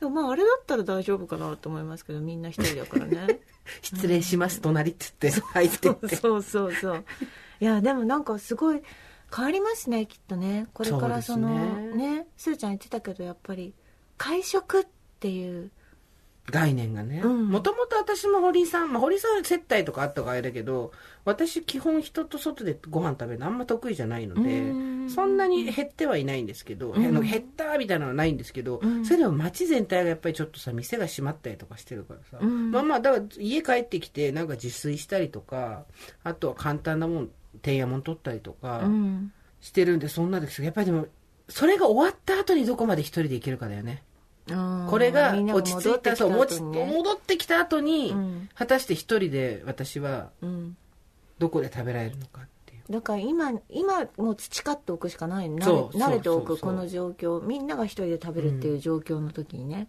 C: でもまああれだったら大丈夫かなと思いますけどみんな一人だから ね
B: 失礼します、隣って言って、入ってって。
C: そうそうそういやでもなんかすごい変わりますねきっとねこれからその
B: そうです
C: ねすーちゃん言ってたけどやっぱり会食っていう
B: 概念がね。
C: うん
B: もともと私も堀井さん、まあ、堀井さんは接待とかあったからあれだけど、私基本人と外でご飯食べるのあんま得意じゃないの
C: うん
B: で、そんなに減ってはいないんですけど、
C: ん
B: あの減ったみたいなのはないんですけど、
C: うん
B: それでも街全体がやっぱりちょっとさ、店が閉まったりとかしてるからさ、
C: うん
B: まあまあ、だから家帰ってきてなんか自炊したりとか、あとは簡単なもん、てんやもん取ったりとか、
C: うん
B: してるんでそんなですけどやっぱりでもそれが終わった後にどこまで一人で行けるかだよねこれが
C: みんな
B: 落ち着いたそう
C: 戻
B: 戻
C: っき後にね
B: ってき戻ってきた後に、
C: うん
B: 果たして一人で私は
C: うん
B: どこで食べられるのかっていう
C: だから今今もう培っておくしかないね
B: そう
C: 慣れ慣れてお
B: そうそう
C: く
B: そう
C: この状況みんなが一人で食べるっていう状況の時にね、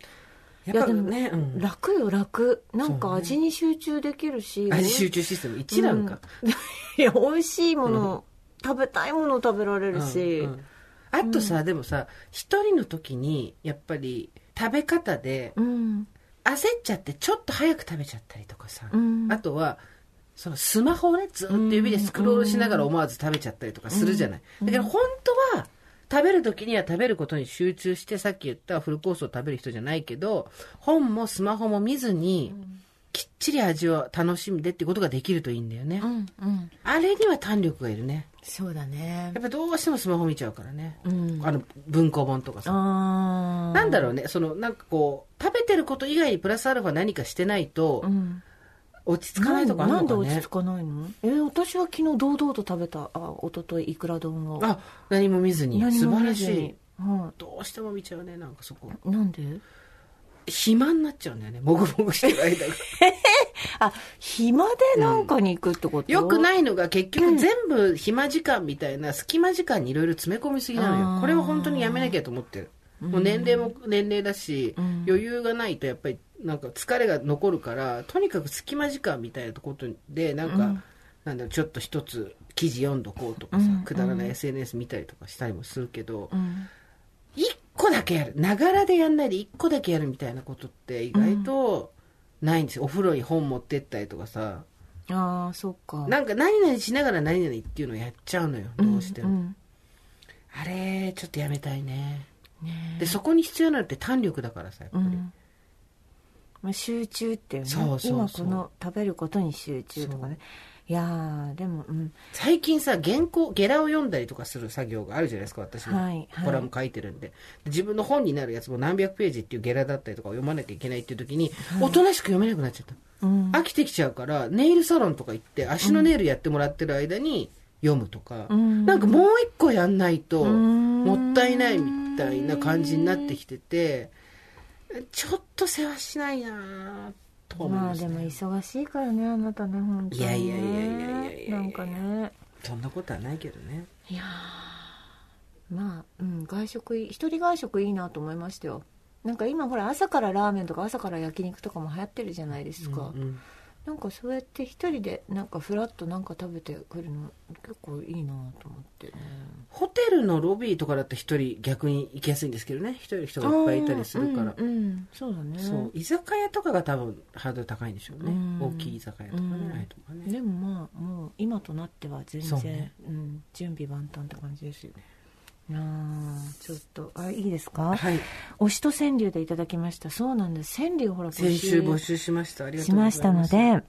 C: い
B: や
C: や
B: っぱね、うん、
C: 楽よ楽なん
B: そう
C: か
B: ね
C: 味に集中できるし
B: 味集中システム一覧か、
C: い や美味しいもの、食べたいもの食べられるし、
B: うんうんあとさ、でもさ一人の時にやっぱり食べ方で
C: うん
B: 焦っちゃってちょっと早く食べちゃったりとかさ、
C: うん
B: あとはそのスマホをねずっと指でスクロールしながら思わず食べちゃったりとかするじゃない、だから本当は食べる時には食べることに集中してさっき言ったフルコースを食べる人じゃないけど本もスマホも見ずにきっちり味を楽しんでってことができるといいんだよね、
C: うんうん
B: あれには胆力がいるね
C: そうだね
B: やっぱどうしてもスマホ見ちゃうからね、
C: うん
B: あの文庫本とかさ
C: あ
B: なんだ
C: ろ
B: ろうねそのなんかこう食べてること以外にプラスアルファ何かしてないと
C: うん、
B: 落ち着かないとかある
C: なん
B: の
C: で
B: か
C: 落ち
B: ね
C: 着かないのえ私は昨日堂々と食べたあ一昨日いくら丼を
B: あ何も見ずに
C: 何
B: 素
C: も
B: 晴
C: 見
B: ら
C: ず
B: しい
C: に、は
B: どうしても見ちゃうねなんかそこ
C: い、なんで
B: 暇になっちゃうんだよねもぐもぐして る間が
C: あ暇でなんかに行くってこと、
B: よく
C: い
B: ないのが結局全部暇時間みたいな隙間時間にいろいろ詰め込みすぎなの
C: あー
B: よこれは本当にやめなきゃと思ってるもう年齢も年齢だし、
C: ん
B: 余裕がないとやっぱりなんか疲れが残るからとにかく隙間時間みたいなことでなんか、なんだろうちょっと一つ記事読んどこうとかさ、
C: うん
B: くだらない SNS 見たりとかしたりもするけど、
C: うん
B: 一個だけやるながらでやんないで一個だけやるみたいなことって意外とないんですよ、お風呂に本持ってったりとかさ
C: ああそっか
B: なんか何々しながら何々っていうのをやっちゃうのよどうしても、
C: んん
B: あれちょっとやめたいね
C: ねえ
B: でそこに必要なのって胆力だからさやっぱ
C: う
B: り、
C: んまあ、集中っていうね
B: そうそうそう
C: 今この食べることに集中とかねいやーでもうん
B: 最近さ原稿ゲラを読んだりとかする作業があるじゃないですか私も、
C: はいはい
B: コラム書いてるんでで自分の本になるやつも何百ページっていうゲラだったりとかを読まなきゃいけないっていう時に、おとなしく読めなくなっちゃった
C: うん
B: 飽きてきちゃうからネイルサロンとか行って足のネイルやってもらってる間に読むとか、
C: うん
B: なんかもう一個やんないと
C: ん
B: もったいないみたいな感じになってきててちょっと世話しないなぁと思い
C: ま
B: ま
C: あ
B: す、
C: で
B: ね
C: も忙しいからねあなたね本当にね
B: いやいやいやいやいやいやいや
C: なんかね
B: そんなことはないけどね
C: いやーまあ、うん、外食い一人外食いいなと思いましたよなんか今ほら朝からラーメンとか朝から焼肉とかも流行ってるじゃないですか、
B: うんうん
C: なんかそうやって一人でなんかフラッとなんか食べてくるの結構いいなと思ってね
B: ホテルのロビーとかだと一人逆に行きやすいんですけどね一人人がいっぱいいたりするから、
C: うんうんそうだね
B: そう居酒屋とかが多分ハードル高いんでしょうね、
C: うん
B: 大きい居酒屋とかね、
C: うん
B: ああいうとこね
C: でもまあもう今となっては全
B: そう
C: 然う、
B: ね
C: ん、準備万端って感じですよねあーちょっとあいいですか、
B: はい
C: 推しと川柳でいただきましたそうなんです川柳ほら
B: 先週募集しましたありがと
C: し
B: うござい
C: ま
B: ま
C: し
B: す
C: たので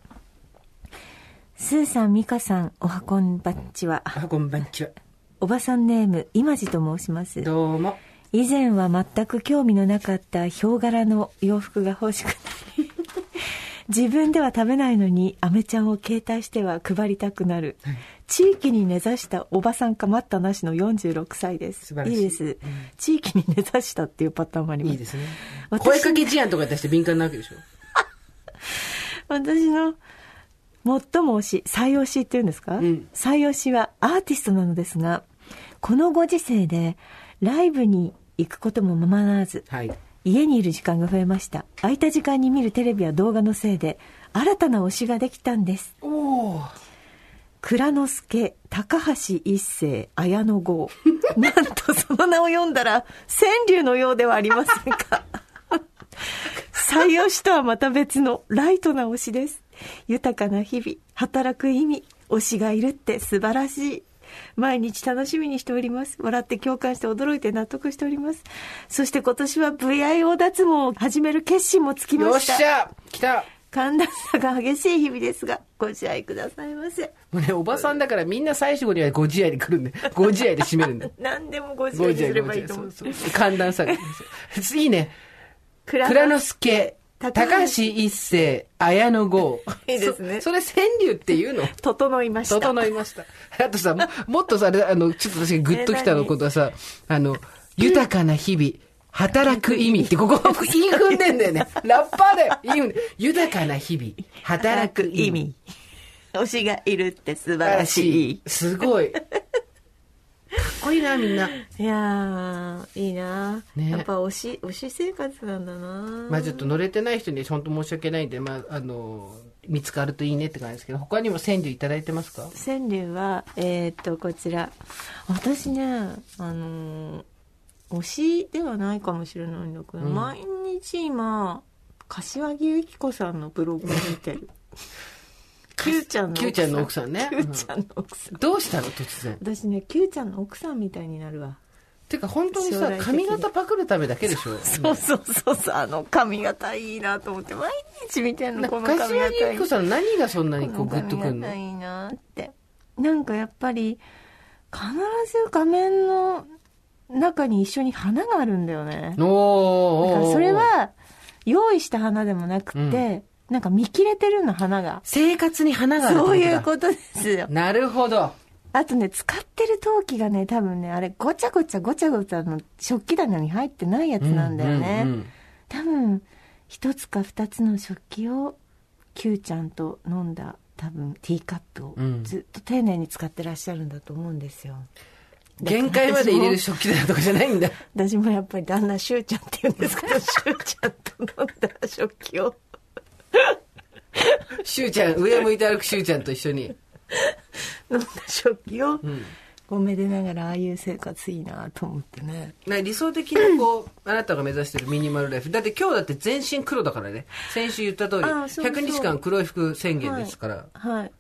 C: スーさん美香さんおはこんばっちは
B: あこんばんちは
C: おばさんネーム今地と申します
B: どうも
C: 以前は全く興味のなかったヒョウ柄の洋服が欲しくなり 自分では食べないのにアメちゃんを携帯しては配りたくなる地域に根ざしたおばさんか待ったなしの46歳です
B: 素晴らしい
C: です、地域に根ざしたっていうパターンもあります
B: いいですね
C: 私
B: 声かけ事案とか出して敏感なわけでしょ
C: 私の最も推し最推しっていうんですか、
B: うん
C: 最推しはアーティストなのですがこのご時世でライブに行くこともままならず
B: はい
C: 家にいる時間が増えました空いた時間に見るテレビや動画のせいで新たな推しができたんです
B: おお
C: 蔵之介高橋一生綾野剛 なんとその名を読んだら川柳のようではありませんか採用しとはまた別のライトな推しです。豊かな日々、働く意味、推しがいるって素晴らしい。毎日楽しみにしております。笑って共感して驚いて納得しております。そして今年は VIO 脱毛を始める決心もつき
B: よ
C: ま
B: っ
C: し。
B: したゃ来た
C: 寒暖差が激しい日々ですが、ご自愛くださいませ。
B: もうね、おばさんだからみんな最終後にはご自愛で来るんで、ご自愛で締めるん で。
C: 何でもご自
B: ご
C: 愛に
B: 自愛、
C: すれ
B: ご
C: ば
B: 自
C: いい
B: 愛。
C: と
B: そ
C: 思う
B: う。そう。寒暖 差が。いいね。
C: 蔵
B: 蔵之介、
C: 高橋
B: 高橋一生、綾野剛。
C: いいですね
B: そそれ川柳っていうの
C: 整いました。
B: 整いました。あとさ、ももっとさ、あれあの、ちょっと私がグッときたのことはさ、あの、豊かな日々、働く意味って、ここ、イン踏んでんだ よね。ラッパーだよ。イン踏んで。豊かな日々、働
C: 働
B: く
C: く
B: 意
C: 意
B: 味。
C: 味。推しがいるって素晴
B: 素晴
C: ら
B: ら
C: し
B: し
C: い
B: い。。すごい。かっこいいな、みんな。
C: いやー、いいな、
B: ね
C: やっぱ推し、推し生活なんだな
B: まあちょっと乗れてない人に本当申し訳ないんで、まあ、あの、見つかるといいねって感じですけど、他にも川柳いただいてますか
C: 川柳は、えーっと、こちら。私ね、あのー推しではないかもしれないんだけど、
B: うん
C: 毎日今、柏木由紀子さんのブログを見て る。Q ちゃんの奥さん。
B: Q ちゃんの奥さんね
C: Q ちゃんの奥さん。
B: どうしたの突然。
C: 私ね、Q ちゃんの奥さんみたいになるわ。
B: てか本当に
C: 将
B: さ
C: 来、的に
B: 髪型パクるためだけでしょ
C: そうそうそうそう、あの髪型いいなと思って、毎日見てんの、この髪型
B: 柏木由
C: いい
B: 紀子さん何がそんなにこうグッとく
C: こ
B: ん
C: の髪型
B: の
C: いいなって。なんかやっぱり、必ず画面の中に一緒に花があるんだよね。だか
B: おーおー
C: ら
B: おー
C: それは、用意した花でもなくて、なんか見切れてるの、花が。
B: 生活に花があるって
C: そういう
B: と
C: ことですよ
B: だ。なるほど
C: あとね、使ってる陶器がね、多分ね、あれ、ごちゃごちゃごちゃごちゃの食器棚に入ってないやつなんだよね。
B: うんうん
C: 多分一つか二つの食器を Q ちゃんと飲んだ多分ティーカップを
B: うん
C: ずっと丁寧に使ってらっしゃるんだと思うんですよ、
B: うん限界まで入れる食器だとかじゃない んだ
C: 私もやっぱり旦那しゅうちゃんって言うんですけどしゅうちゃんと飲んだ食器を
B: しゅうちゃん上向いて歩くしゅうちゃんと一緒に
C: 飲んだ食器を
B: ん
C: ごめでながらああいう生活いいなと思ってね
B: な理想的なこうあなたが目指してるミニマルライフだって今日だって全身黒だからね先週言った通り
C: ああそうそう
B: 100日間黒い服宣言ですから、
C: はい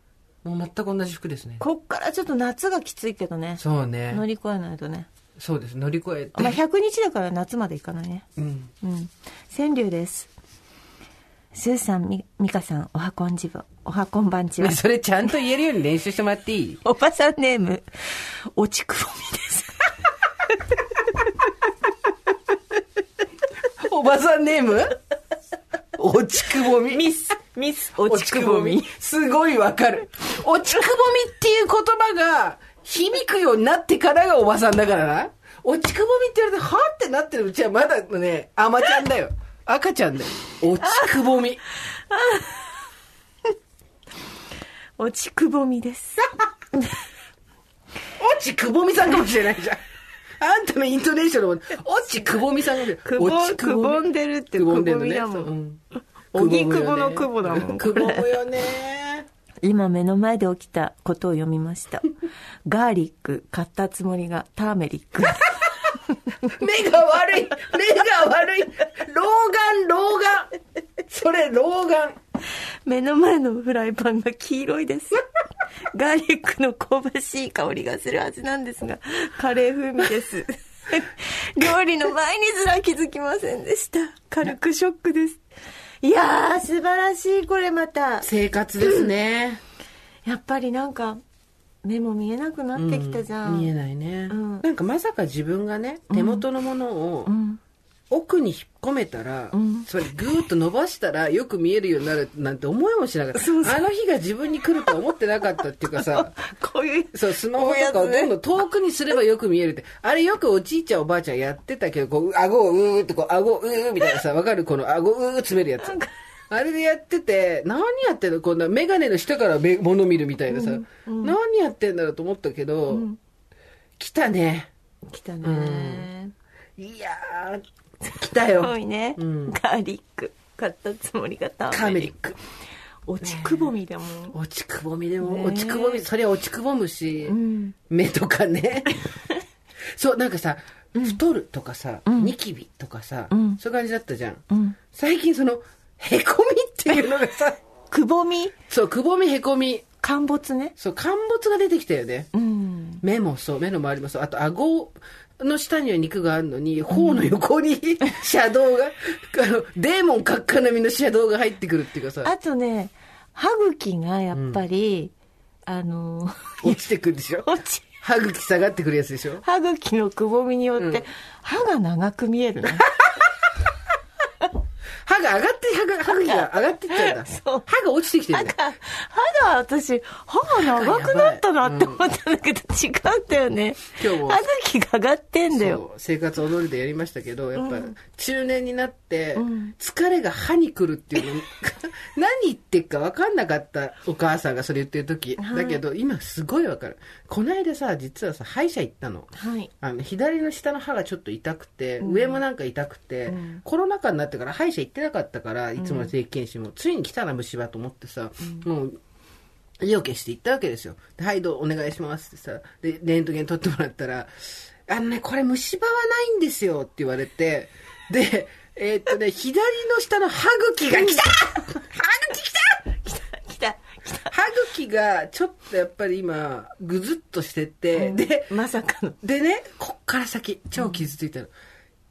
B: もう全く同じ服ですね
C: こっからちょっと夏がきついけどね
B: そうね
C: 乗り越えないと ね、
B: そうです乗り越えて、
C: まあ、100日だから夏までいかないね
B: うん
C: うん。川柳です。スーさん、み、みかさん、おはこんじぼ、おはこんばんちは
B: ね。それちゃんと言えるように練習してもらっていい
C: おばさんネーム、おちくぼみです。
B: おばさんネームおちくぼ み。
C: ミス、ミス、おちくぼみ。。
B: すごいわかる。おちくぼみっていう言葉が響くようになってからがおばさんだからな。おちくぼみって言われて、はってなってるうちはまだね、甘ちゃんだよ。赤ちゃんだよ。おちくぼみ。
C: おちくぼみです。
B: おちくぼみさんかもしれないじゃん。あんたのイントネーションのも、おちくぼみさんが、
C: くぼ
B: おち
C: くぼんでるって
B: くぼんでるね。
C: くぼみだもん
B: そうう
C: おぎくぼのくぼだもん
B: くぼむ
C: こ
B: よね。
C: 今目の前で起きたことを読みま した。ガーリック、買ったつもりがターメリック。
B: 目が悪い目が悪い老眼老眼それ老眼
C: 目の前のフライパンが黄色い です。ガーリックの香ばしい香りがする味なんですが、カレー風味 です。料理の前にずら気づきませんでした。軽くショックです。いやー、素晴らしい、これまた。
B: 生活ですね
C: やっぱりなんか、目も見えなくなってきたじゃん。
B: 見えないね、
C: うん
B: なんかまさか自分がね手元のものを
C: うん。
B: 奥に引っ込めたら、
C: ん
B: それぐーっと伸ばしたらよく見えるようになるなんて思いもしなかった
C: そうそう
B: あの日が自分に来るとは思ってなかったっていうかさ
C: こういう、
B: そう、スマホとかをどんどん遠くにすればよく見えるって。あれよくおじいちゃんおばあちゃんやってたけど、こう、顎をうーってこう、顎をうーみたいなさ、わかるこの顎をうー詰めるやつ。あれでやってて、何やってんのこんなメガネの下から目物見るみたいなさ、何やってんだろうと思ったけど、来たね。
C: 来たね。
B: いやー、来 た
C: すご
B: よ。
C: いね、
B: うん
C: ガーリック、買ったつもりがタ
B: カ
C: ーメ
B: メ
C: リ
B: リ
C: ッ
B: ッ
C: ク。
B: ク。
C: 落ちくぼみだもん。
B: 落ちくぼみでも、
C: ねえ
B: 落ちくぼみ、そりゃ落ちくぼむし、
C: ん
B: 目とかね。そう、なんかさ、太るとかさ、ニキビとかさ、
C: ん
B: そういう感じだったじゃん。
C: ん
B: 最近その、へこみっていうのが さ、
C: くぼみ
B: そう、くぼみへこみ。
C: 陥没ね
B: そう、陥没が出てきたよね。
C: うん
B: 目もそう、目の周りもそう。あと、顎の下には肉があるのに、頬の横に、 シャドウが、あの、デーモン閣下並みのシャドウが入ってくるっていうかさ、
C: あとね歯茎がやっぱり、あの
B: 落ちてくるでしょ
C: 落ち
B: 歯茎下がってくるやつでしょ
C: 歯茎のくぼみによって、
B: うん
C: 歯が長く見え るね
B: 歯が上がって、歯が、歯茎が上がってっちゃうんだ。
C: そう
B: 歯が落ちてきてる
C: 歯
B: んだ
C: が。歯が私歯が長くなったなって思ったんだけど、違うんだよね
B: 今日も
C: 歯茎が上がってんだよ
B: そう生活踊りでやりましたけどやっぱ中年になって
C: ん
B: 疲れが 歯に来るっていうの、何言ってっか分かんなかったお母さんがそれ言ってる時、
C: はい
B: だけど今すごい分かるこの間さ実はさ歯医者行ったの
C: はい
B: あの左の下の歯がちょっと痛くて、上もなんか痛くて、コロナ禍になってから歯医者行ってなかったからいつもの定期検診も、ついに来たな虫歯と思ってさ、もう意を決して行ったわけですよではいどうお願いします」ってさでレントゲン取ってもらったら「あのねこれ虫歯はないんですよ」って言われてでえーっとね左の下の歯茎が来た歯茎来た
C: 来た来た
B: 歯茎がちょっとやっぱり今ぐずっとしてて、で
C: まさかの
B: でねこっから先超傷ついたの、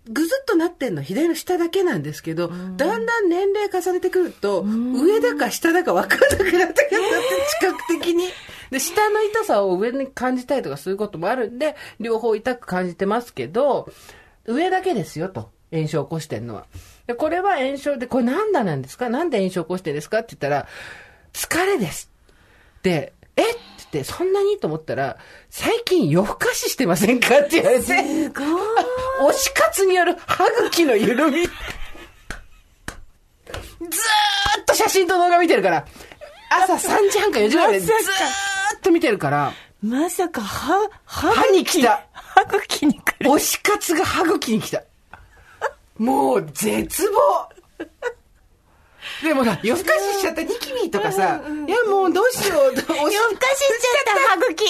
B: ぐずっとなってんの左の下だけなんですけど、だんだん年齢重ねてくると、上だか下だか分かんなくなってくるんだって、視覚的にで下の痛さを上に感じたりとかすることもあるんで両方痛く感じてますけど上だけですよと炎症を起こしてんのはでこれは炎症でこれ何だなんですかなんで炎症を起こしてんですかって言ったら疲れですで、えって言って、そんなにと思ったら、最近夜更かししてませんかって言われて、
C: すごい
B: 推し活による歯茎の緩み。ずーっと写真と動画見てるから、朝3時半か4時ぐらいまでずーっと見てるから、
C: まさか歯歯
B: 歯に来た
C: 歯茎に来る
B: 推し活が歯茎に来た。もう、絶望でもさ、夜更かししちゃったニキビとかさ、いやもうどうしよう、推し
C: 夜更かししちゃった歯茎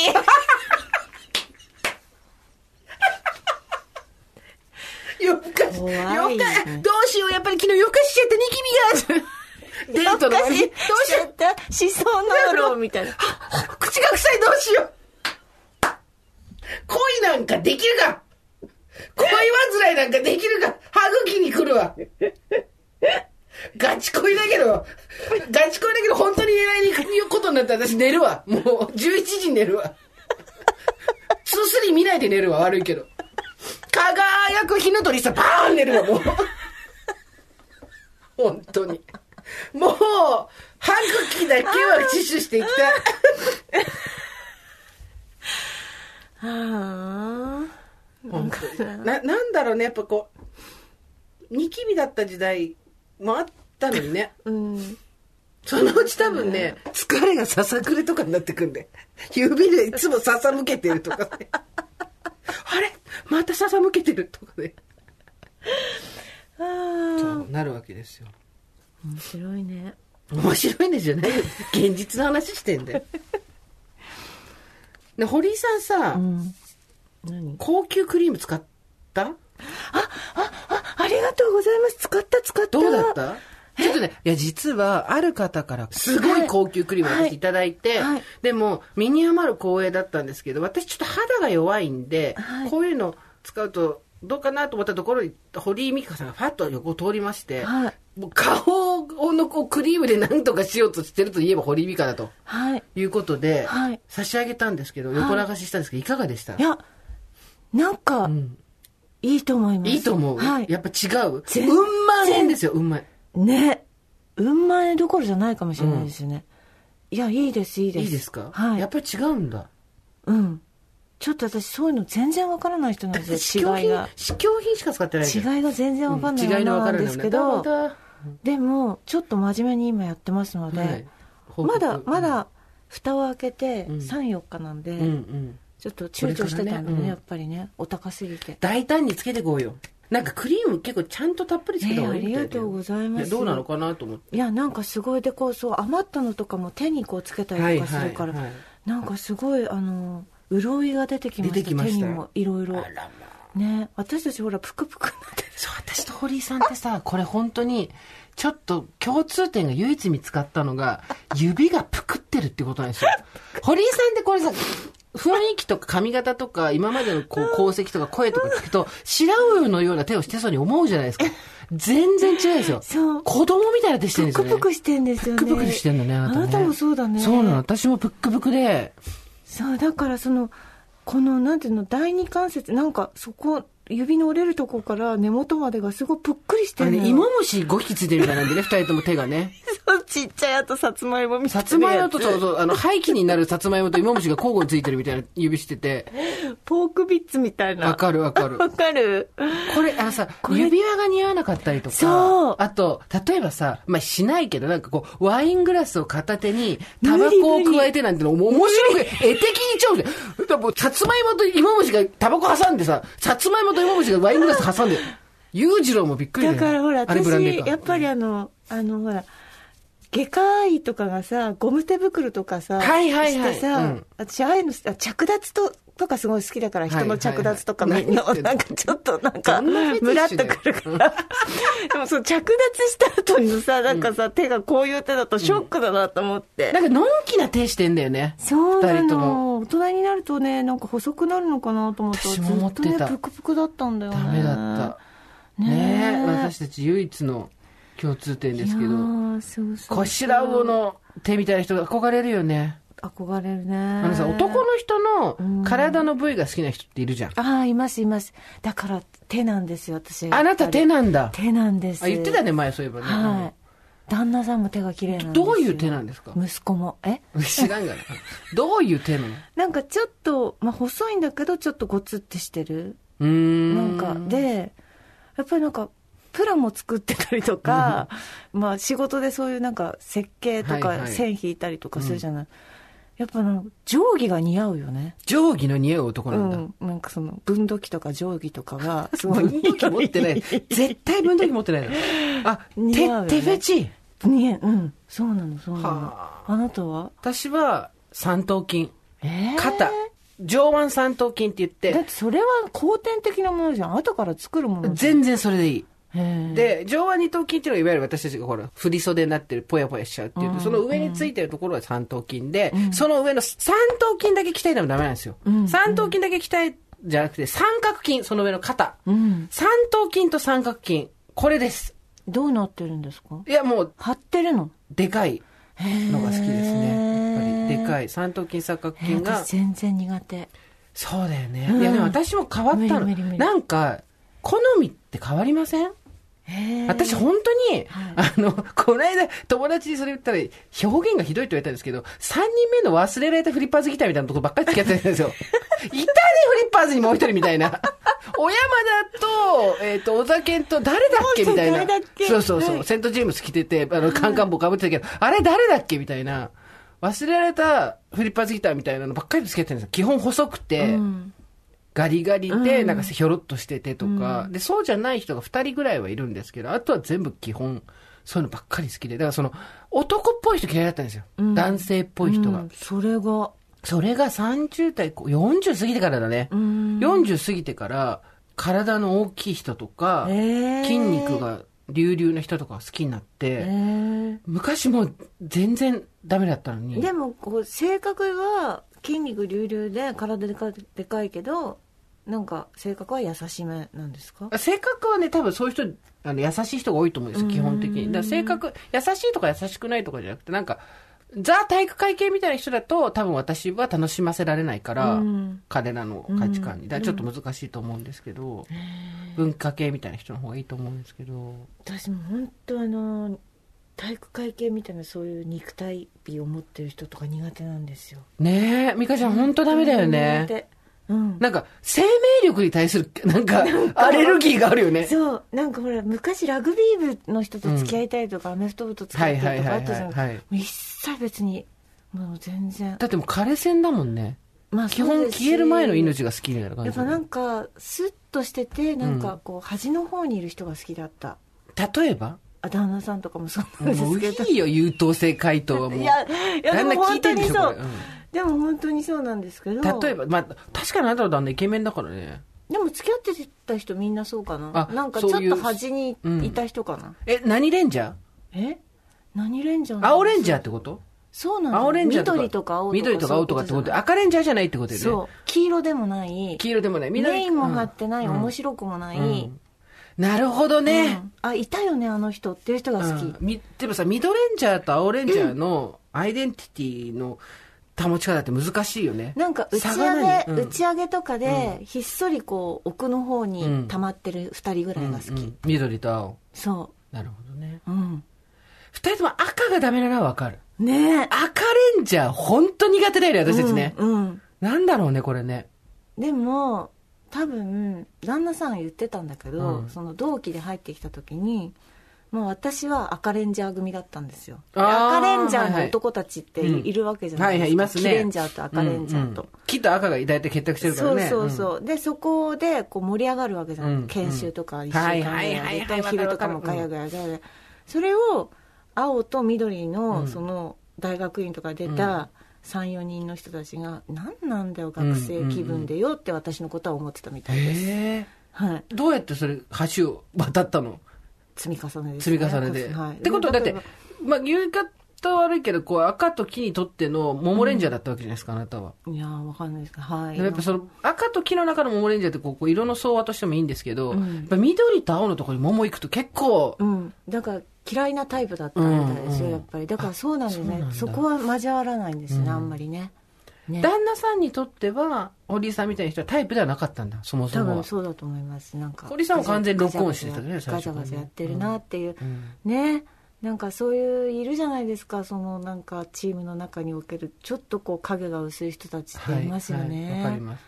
B: 夜更かし、
C: 怖いね
B: 夜更かどうしよう、やっぱり昨日夜更かししちゃったニキビが。デートの終わり、ど
C: 夜
B: う
C: 更かし
B: し
C: しちゃ
B: よ
C: ったしそうなろうみたいな
B: う、口が臭いどうしよう。恋なんかできるか恋煩いなんかできるか歯茎に来るわ。ガチ恋だけど、ガチ恋だけど本当に狙いに行くことになったら私寝るわ。もう11時に寝るわ。2-3見ないで寝るわ、悪いけど。輝く火の鳥さ、バーン寝るわ、もう。本当に。もう、歯茎だけは死守していきたい。
C: あ
B: 本当にななんだろうねやっぱこうニキビだった時代もあったのに ね
C: あうん
B: そのうち多分ね疲れがささくれとかになってくんで指でいつもささむけてるとか ねあれまたささむけてるとかね
C: あー
B: そうなるわけですよ
C: 面白いね
B: 面白いねじゃないよ現実の話してんだ よね堀井さんさ、
C: うん何
B: 高級クリーム使った
C: あありがとうございます使った使った
B: どうだったちょっとね、いや、実は、ある方から、すごい高級クリームを
C: はい
B: 私いただいて、
C: はい
B: でも、身に余る光栄だったんですけど、私ちょっと肌が弱いんで、
C: はい
B: こういうの使うと、どうかなと思ったところに、堀井美香さんがファッと横を通りまして、
C: はい
B: もう顔のこうクリームで何とかしようとしてるといえば堀井美香だと
C: はい
B: いうことで、
C: はい
B: 差し上げたんですけど、横流ししたんですけど、いかがでした、
C: いやなんか、
B: うん
C: いいと思います
B: いいと思う、
C: はい
B: やっぱ違う。
C: 全然
B: うんまいんですよ、うんまい。
C: ね運前どころじゃないかもしれないですよね、いやいいですいいです
B: いいですか、
C: はい
B: やっぱり違うんだ。
C: うんちょっと私そういうの全然わからない人なんです
B: 試
C: よ
B: 供
C: 違い
B: 品
C: が、
B: 試供品しか使ってないじゃん
C: 違いが全然わかんない
B: うん違いの
C: 女
B: 分
C: な
B: か
C: ん
B: る
C: ですけど、
B: は
C: でもちょっと真面目に今やってますので、
B: い、報
C: ま
B: 告
C: だま、だ蓋を開けて
B: うん
C: 34日なんで、
B: うんうん、
C: ちょっと躊躇してたんだ
B: これから
C: ね
B: ねうん
C: やっぱりねお高すぎて
B: 大胆につけてこうよなんかクリーム結構ちゃんとたっぷりつけた
C: ねあ
B: 方がいいみ
C: り
B: たいだよ
C: がとうございま
B: ね
C: す
B: どうなのかなと思って
C: いやなんかすごいでこうそう余ったのとかも手にこうつけたりとかするから、
B: はいはいはい
C: なんかすごいあの潤いが出てきました
B: 出てきました
C: 手にもいろいろ
B: あらまあ
C: ね私たちほらプクプクになってる
B: そう、私と堀井さんってさ、これ本当に、ちょっと共通点が唯一見つかったのが、指がぷくってるってことなんです よ。堀井さんってこれさ、雰囲気とか髪型とか、今までのこう功績とか声とか聞くと、白魚のような手をしてそうに思うじゃないですか。全然違うんですよ。
C: そう
B: 子供みたいな手してるん
C: プ
B: です
C: ク
B: よね。
C: プクしてんですよね
B: ぷくぷくしてんのねあ
C: あ
B: なたね
C: なたもそうだね
B: そうなの。私もぷっくぷくで、
C: そうだからそのこのなんていうの第二関節なんかそこ指の折れるとこから根元までがすごいぷっくりして
B: あ
C: る
B: れ
C: の
B: ね、芋虫5匹ついてるみたいなんでね、二人とも手がね。
C: そうちっちゃいあとさつまいもみたい
B: さ
C: な
B: つまいもと、
C: や
B: そうそう、あの、廃棄になるさつまいもと芋虫が交互についてるみたいな指してて、
C: つポークビッツみたいな
B: わかるわかる。
C: わかる
B: これ、あのさ、
C: これ
B: 指輪が似合わなかったりとか、
C: そう
B: あと、例えばさ、まあ、しないけど、なんかこう、ワイングラスを片手に、タバコを
C: 無理無理
B: 加えてなんての、もう面白く、絵的に超面白い。だもう、さつまいもと芋虫がタバコ挟んでさ、さつまいもと芋虫がワイングラス挟んで、裕次郎もびっくり
C: だ
B: よ
C: からほら
B: あれ
C: 私
B: ブランデーか
C: やっぱりあのあのほら外科医とかがさゴム手袋とかさ
B: はいはいは
C: し
B: い
C: てさ、
B: うん
C: 私ああいうのあ着脱ととかすごい好きだから
B: はいは
C: 人
B: いは
C: の着
B: い
C: 脱とかの、
B: 何
C: なんかちょっとなんか
B: どんなフェテ
C: ム
B: ィ
C: ラ
B: ッ
C: っ
B: シ
C: と
B: ュだよ
C: くる からでもそう着脱した後にさなんかさ、手がこういう手だとショックだなと思って、
B: なんか、のんきな手してんだよね。
C: そうな
B: 二人とも。
C: の大人になるとねなんか細くなるのかなと思ったら
B: 私も思ってた
C: ずっとねプクプクだったんだよね
B: ダメだった。ね
C: ね
B: え
C: え
B: 私たち唯一の共通点ですけ
C: いや
B: ど。
C: ーそうそうそう
B: こう白魚の手みたいな人が憧れるよね。
C: 憧れるね
B: あのさ、男の人の体の部位が好きな人っているじゃん。
C: ああいますいますだから手なんですよ私
B: あなた手
C: な
B: なんだ。
C: 手なんです
B: あ、言ってたね、前そういえばね。
C: はい旦那さんも手が綺麗なん
B: う
C: で
B: ん
C: すよ
B: どういう手なんですか
C: 息子もえ
B: 知らんがな。どういう手なの
C: なんかちょっと、まあ、細いんだけどちょっとゴツってしてる
B: うーん。
C: なんかでやっぱりなんかプラも作ってたりとか、まあ仕事でそういうなんか設計と
B: はいは
C: か
B: い
C: 線引いたりとかするじゃない、やっぱなんか定規が似合うよね
B: 定規の似合う男なんだ。
C: うん、なんかその分度器とか定規とか はすごい
B: 分度器持ってない。絶対分度器持ってないの。あ、手、
C: 似合うよね
B: 手フェチ。
C: 見えうんそうなのそうなの
B: は
C: あなたは
B: 私は、三頭筋。
C: えー
B: 肩。上腕三頭筋って言っ、
C: だっててそれは後天的なものじゃん後から作るものじゃん
B: 全然それでいい。
C: へー
B: で、上腕二頭筋っていうのはいわゆる私たちがほら、振り袖になってる、ぽやぽやしちゃうっていう、
C: うん
B: その上についてるところは三頭筋で、その上の三頭筋だけ鍛えてもダメなんですよ。
C: ん
B: 三頭筋だけ鍛え、じゃなくて三角筋、その上の肩。
C: うん
B: 三頭筋と三角筋、これです。
C: どうなってるんですか
B: いや、もう、
C: 張ってるの
B: でかいのが好きですね。やっぱり、でか
C: い
B: い。三頭筋、三角
C: えー
B: 筋が
C: 私。全然苦手
B: そうだよね。
C: うん
B: いや、でも私も変わったの。
C: 無理無理無理
B: なんか、好みって変わりません私
C: ん
B: 本当に、
C: は
B: あの、この間友達にそれ言ったら表現がひどいって言われたんですけど、3人目の忘れられたフリッパーズギターみたいなとこばっかり付き合ってたんで すよ。いたね、フリッパーズにもう一人みたいな。小山田と、えっ、と、小田健と誰だっけみたいな
C: もう一人誰だっ。け
B: そうそうそう、
C: はい
B: セントジェームス着てて、あの、カンカン帽かぶってたけど、あれ誰だっけみたいな。忘れられたフリッパーズギターみたいなのばっかり付き合ってるんですよ。基本細くて。
C: うん
B: ガリガリで、なんかひょろっとしててとか、で、そうじゃない人が2人ぐらいはいるんですけど、あとは全部基本、そういうのばっかり好きで、だからその、男っぽい人嫌いだったんですよ。男性っぽい人が。
C: うんそれが
B: それが30代、こう40過ぎてからだね。
C: うん
B: 40過ぎてから、体の大きい人とか、
C: へー
B: 筋肉が隆々な人とかが好きになって、
C: へー
B: 昔もう全然ダメだったのに。
C: でもこう性格は筋肉隆々で体でかでかいけどなんか性格は優しめなんですか
B: 性格はね多分そういう人あの優しい人が多いと思うんですよ基本的にだから性格優しいとか優しくないとかじゃなくてなんかザ体育会系みたいな人だと多分私は楽しませられないから、
C: うん
B: 彼らの価値観にだからちょっと難しいと思うんですけど、文化系みたいな人の方がいいと思うんですけど
C: 私も本当あの体育会系みたいなそういう肉体美を持ってる人とか苦手なんですよ
B: ねえ美香ちゃん本当ダメだよね
C: 苦手うん
B: なんか生命力に対するなんかアレルギーがあるよね
C: そうなんかほら昔ラグビー部の人と付き合いたいとか、アメフト部と付き合いたいとかあったじゃ
B: はいはい
C: な
B: はい
C: い
B: はい
C: もう一切別にもう全然、
B: だってもう枯れ線だもんね
C: まあ、
B: 基
C: そう
B: 本
C: ですし
B: 消える前の命が好きみたいな感じ
C: やっ
B: だ
C: ぱ
B: よね
C: なんかスッとしててなんかこう端の方にいる人が好きだった、
B: 例えば
C: あ旦那さんとかもそうなん
B: もう
C: ですけど
B: いいよ優等生回答はもう
C: いやいやで
B: 旦那
C: も
B: 聞
C: 本
B: いて
C: 当
B: んで
C: に
B: しょ
C: そ
B: こ
C: う
B: れ、
C: でも本当にそうなんですけど
B: うん例えばまあ確かにあなたの旦那イケメンだからね
C: でも付き合ってた人みんなそうかな
B: あ
C: なんかち
B: そ
C: ょ
B: う
C: っ
B: いう
C: と端に
B: うん
C: いた人かな、
B: え、何レンジャー
C: え何レンジャーなの
B: 青レンジャーってこと
C: そうなんだよ
B: 青レンジャー
C: 緑とか青とか
B: 緑とか青とかってこと
C: そう
B: で、
C: いう
B: 赤レンジャーじゃないってこと
C: じゃ
B: よ
C: ない
B: ね。
C: そう黄色でもない
B: 黄色でもない。緑
C: メインも張ってない、
B: うん
C: 面白くもない、
B: うんなるほど
C: う
B: ね。
C: んあいたよねあの人っていう人が好き、
B: うんみでもさ、ミドレンジャーと青レンジャーのアイデンティティの保ち方って難しいよね。
C: なんか打ち
B: 差
C: 上
B: がない
C: げ、
B: うん
C: 打ち上げとかでひっそりこう奥の方
B: うん
C: に溜まってる2人ぐらいが好き、
B: うんうん緑と青。
C: そ
B: なるほどね。
C: ううん
B: 二人とも赤がダメなのはわかる。
C: ねえ
B: 赤レンジャー、本当苦手だよね、私たちね。
C: うんうん
B: なんだろうね、これね。
C: でも多分旦那さん言ってたんだけど、
B: うん
C: その同期で入ってきた時にもう私は赤レンジャー組だったんですよで
B: あー
C: 赤レンジャー
B: はい
C: の
B: はい
C: 男たちって
B: うん
C: いるわけじゃな
B: はいい
C: ですか、
B: はい、いますね。
C: 黄レンジャーと赤レンジャーと、
B: うんうん木と赤が大体結託してるか
C: そ
B: ら
C: う
B: ね。。
C: そうそうう、でそこでこう盛り上がるわけじゃない、
B: うん
C: 研修とか一週
B: は
C: 間
B: い
C: ぐら
B: はい
C: い
B: はい
C: や
B: はい
C: ると昼とか
B: わ
C: もガ
B: かるわ
C: ヤ
B: か
C: ガヤガヤガヤそれを青と緑
B: うん
C: のその大学院とか出た34人の人たちが「何なんだよ学生気分でよ」って私のことは思ってたみたいです、
B: へえ。
C: はい、
B: どうやってそれ、橋を渡ったの
C: 積み重ねです、ね、
B: 積み重ねで。
C: はい、
B: ってことは、だっ
C: で
B: て
C: 例えば、
B: まあ、言い方悪いけど、こう、赤と木にとっての桃レンジャーだったわけじゃないですか、あなたは。
C: いやーわかんないですけどはい
B: でもやっぱその、赤と木の中の桃レンジャーってこう、こう色の相和としてもいいんですけど、
C: うん
B: やっぱ緑と青のところに桃行くと結構、
C: うん、だから嫌いなタイプだったみたいですよ、
B: うんうん
C: やっぱりだからそうなんです
B: あそう
C: ね
B: なんだ
C: そこは交わらないんですよね、
B: うん
C: あんまりねね
B: 旦那さんにとっては、堀井さんみたいな人はタイプではなかったんだ、そもそ
C: 多
B: もは
C: 分。そうだと思いますなんか
B: 堀さんは完全にロックオンしてたね
C: ガチャガチャ
B: 最初からね
C: ガチャガチャやってるなっていう、
B: うん
C: ねなんかそういういるじゃないですかそのなんかチームの中におけるちょっとこう影が薄い人たちっていますよね、
B: はいはいわかります。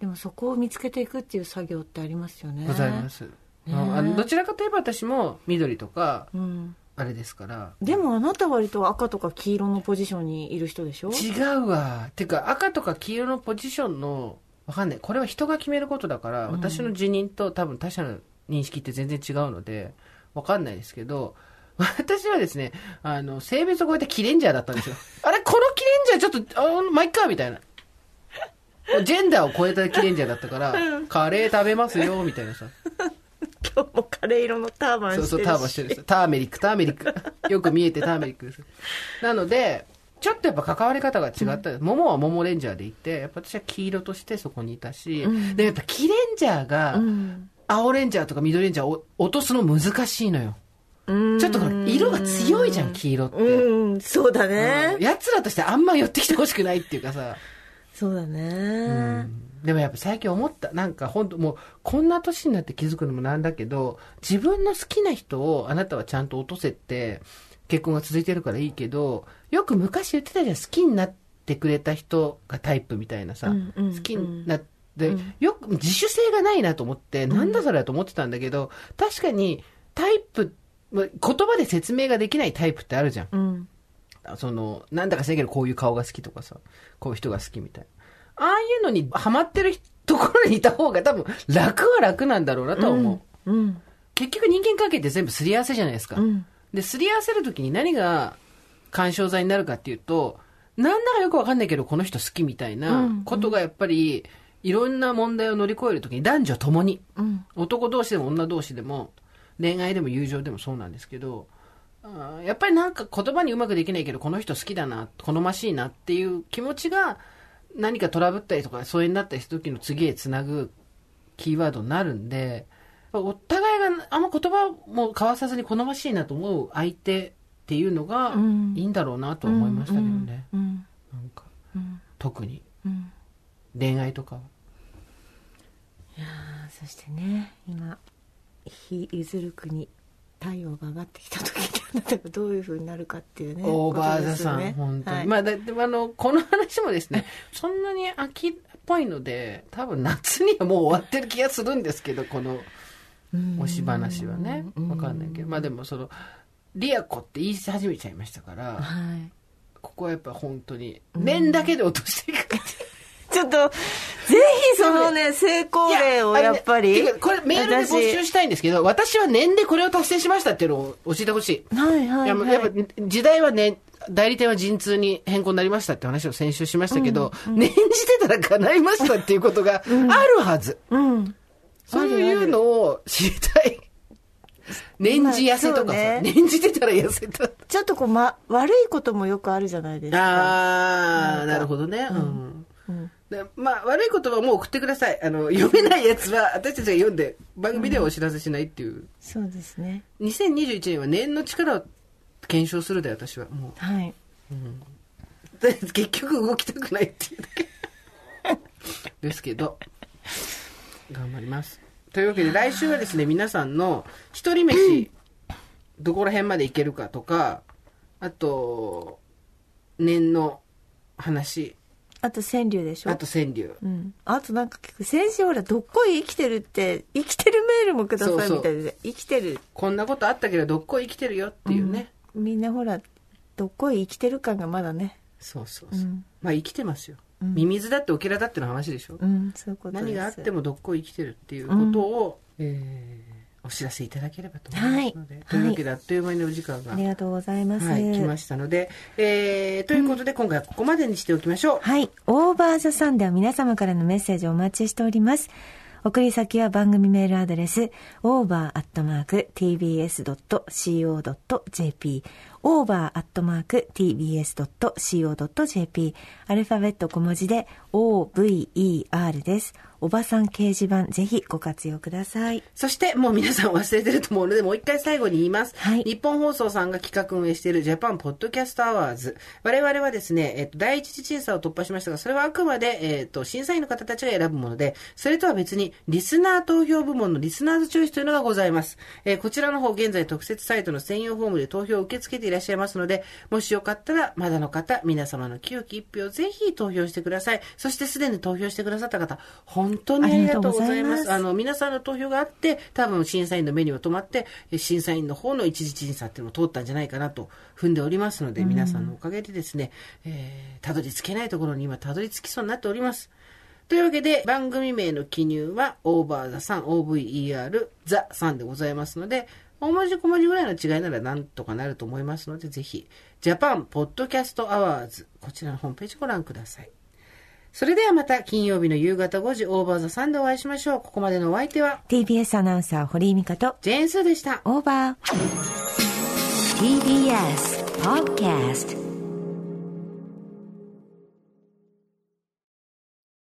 C: でもそこを見つけていくっていう作業ってありますよね
B: ございます。
C: え
B: うんあのどちらかといえば私も緑とか、
C: うん、
B: あれですから。
C: でもあなた割と赤とか黄色のポジションにいる人でしょ
B: 違うわ。てか、赤とか黄色のポジションの、わかんない。これは人が決めることだから、私の辞任と多分他者の認識って全然違うので、わかんないですけど、私はですね、あの、性別を超えてキレンジャーだった んですよ。あれ、このキレンジャーちょっと、あまあ、いっか、みたいな。ジェンダーを超えたキレンジャーだったから、カレー食べますよ、みたいなさ。
C: 今日もカレー色のターバンして
B: そ
C: るし
B: うそう、ターバンしてるんですよターメリック、ターメリッ ク。よく見えてターメリックです。なので、ちょっとやっぱ関わり方が違った。桃は桃レンジャーでいて、やっぱ私は黄色としてそこにいたし、でもやっぱ黄レンジャーが
C: う、ん
B: 青レンジャーとか緑レンジャーを落とすの難しいのよ。ちょっとほら色が強いじゃん、黄色って。
C: うんそうだ
B: うん
C: ね
B: 奴らとしてあんま寄ってきてほしくないっていうかさ。
C: そうだね
B: でもやっぱ最近思った。なんか本当もう、こんな年になって気づくのもなんだけど、自分の好きな人をあなたはちゃんと落とせって、結婚が続いてるからいいけど、よく昔言ってたじゃん、好きになってくれた人がタイプみたいなさ、
C: うんうんうん
B: 好きになって、よく自主性がないなと思って、なんだそれだと思ってたんだけど、確かにタイプ、ま言葉で説明ができないタイプってあるじゃん。
C: うん
B: その、なんだか知らんけど、こういう顔が好きとかさ、こういう人が好きみたいな。ああいうのにハマってるところにいた方が多分、楽は楽なんだろうなとは思う。
C: うん
B: 結局人間関係って全部すり合わせじゃないですか。
C: うん
B: で、すり合わせるときに何が干渉剤になるかっていうと、なんだかよくわかんないけど、この人好きみたいなことがやっぱり、いろんな問題を乗り越えるときに男女ともに、
C: うん
B: 男同士でも女同士でも恋愛でも友情でもそうなんですけどあーやっぱりなんか言葉にうまくできないけどこの人好きだな好ましいなっていう気持ちが何かトラブったりとか疎遠になったりした時の次へつなぐキーワードになるんでお互いがあんま言葉も交わさずに好ましいなと思う相手っていうのが
C: うん
B: いいんだろうなとは思いましたけどね、
C: うん
B: なんか
C: うん
B: 特に
C: うん
B: 恋愛とかは
C: あそしてね今日ゆずるくに太陽が上がってきた時にあなたがどういうふうになるかっていうね
B: オーバー
C: こと
B: ザさん、
C: ですよね
B: 本当に。
C: はい
B: まあ、だって、あの、この話もですね、そんなに秋っぽいので、多分夏にはもう終わってる気がするんですけど、この、押し話はね。わかんないけど。まあでも、その、リアコって言い始めちゃいましたから、
C: はい
B: ここはやっぱ本当に、面だけで落としていく感じ。
C: ちょっとぜひそのね成功例を
B: いあ
C: や
B: のね
C: っぱり
B: てかこれメールで募集したいんですけど、私は年でこれを達成しましたっていうのを教えてほしい。
C: はいはいいは
B: やもう
C: い
B: やっぱ時代はね、代理店は陣痛に変更になりましたって話を先週しましたけど、念じてたら叶いましたっていうことがあるはず。
C: うん
B: そういうのを知り たい。年次痩せとか
C: まあそ
B: さ、
C: うね
B: 年次出たら痩せた。
C: ちょっとこう、ま、悪いこともよくあるじゃないですか。
B: ああ、なるほどね。うん。でまあ、悪いことはもう送ってください。あの、読めないやつは、私たちが読んで、番組ではお知らせしないっていう。
C: そうですね。
B: 2021年は年の力を検証するで、私は。も
C: はい。
B: う。で 結局動きたくないっていうだけ。ですけど、頑張ります。というわけで、来週はですね、皆さんの一人飯、どこら辺までいけるかとか、あと、年の話、
C: あと川柳でしょ
B: あと川柳。
C: うん、あとなんか聞く先週ほらどっこい生きてるって生きてるメールもください
B: そうそう
C: みたいで生きてる
B: こんなことあったけど、どっこい生きてるよっていうね。
C: みんなほらどっこい生きてる感がまだね
B: そうそうそう。
C: うん
B: まあ生きてますよ。ミミズだってオケラだっての話でしょ。
C: うんそういうことです
B: 何があってもどっこい生きてるっていうことを、えーお知らせいただければと思いますので。
C: はい
B: というわけで、あっという間にお時間が。
C: ありがとうございます
B: はい、来ましたので、えー、ということで今回はここまでにしておきましょう。
D: はい。オーバーザサンでは皆様からのメッセージをお待ちしております。送り先は番組メールアドレス、over.tbs.co.jp、over.tbs.co.jp、アルファベット小文字で over です。おばさん掲示板、ぜひご活用ください。
B: そして、もう皆さん忘れてると思うので、もう一回最後に言います。
D: はい
B: 日本放送さんが企画運営しているジャパンポッドキャストアワーズ。我々はですね、えっと、第一次審査を突破しましたが、それはあくまで、えっと、審査員の方たちが選ぶもので、それとは別に、リスナー投票部門のリスナーズチョイスというのがございます。えーこちらの方、現在特設サイトの専用フォームで投票を受け付けていらっしゃいますので、もしよかったら、まだの方、皆様の清き一票をぜひ投票してください。そして、すでに投票してくださった方、本当にありがとうございます。あの、皆さんの投票があって、多分審査員の目には止まって、え審査員の方の一時審査っていうのも通ったんじゃないかなと踏んでおりますので、皆さんのおかげでですね、えーたどり着けないところに今たどり着きそうになっております。というわけで、番組名の記入は、オーバーザさん、OVER、ザさんでございますので、大文字小文字ぐらいの違いならなんとかなると思いますので、ぜひ、ジャパンポッドキャストアワーズ、こちらのホームページご覧ください。それではまた金曜日の夕方5時オーバーザさんでお会いしましょう。ここまでのお相手は
D: TBS アナウンサー、堀井美香と、
B: ジェーンスーでした。
D: オーバー。
A: TBS Podcast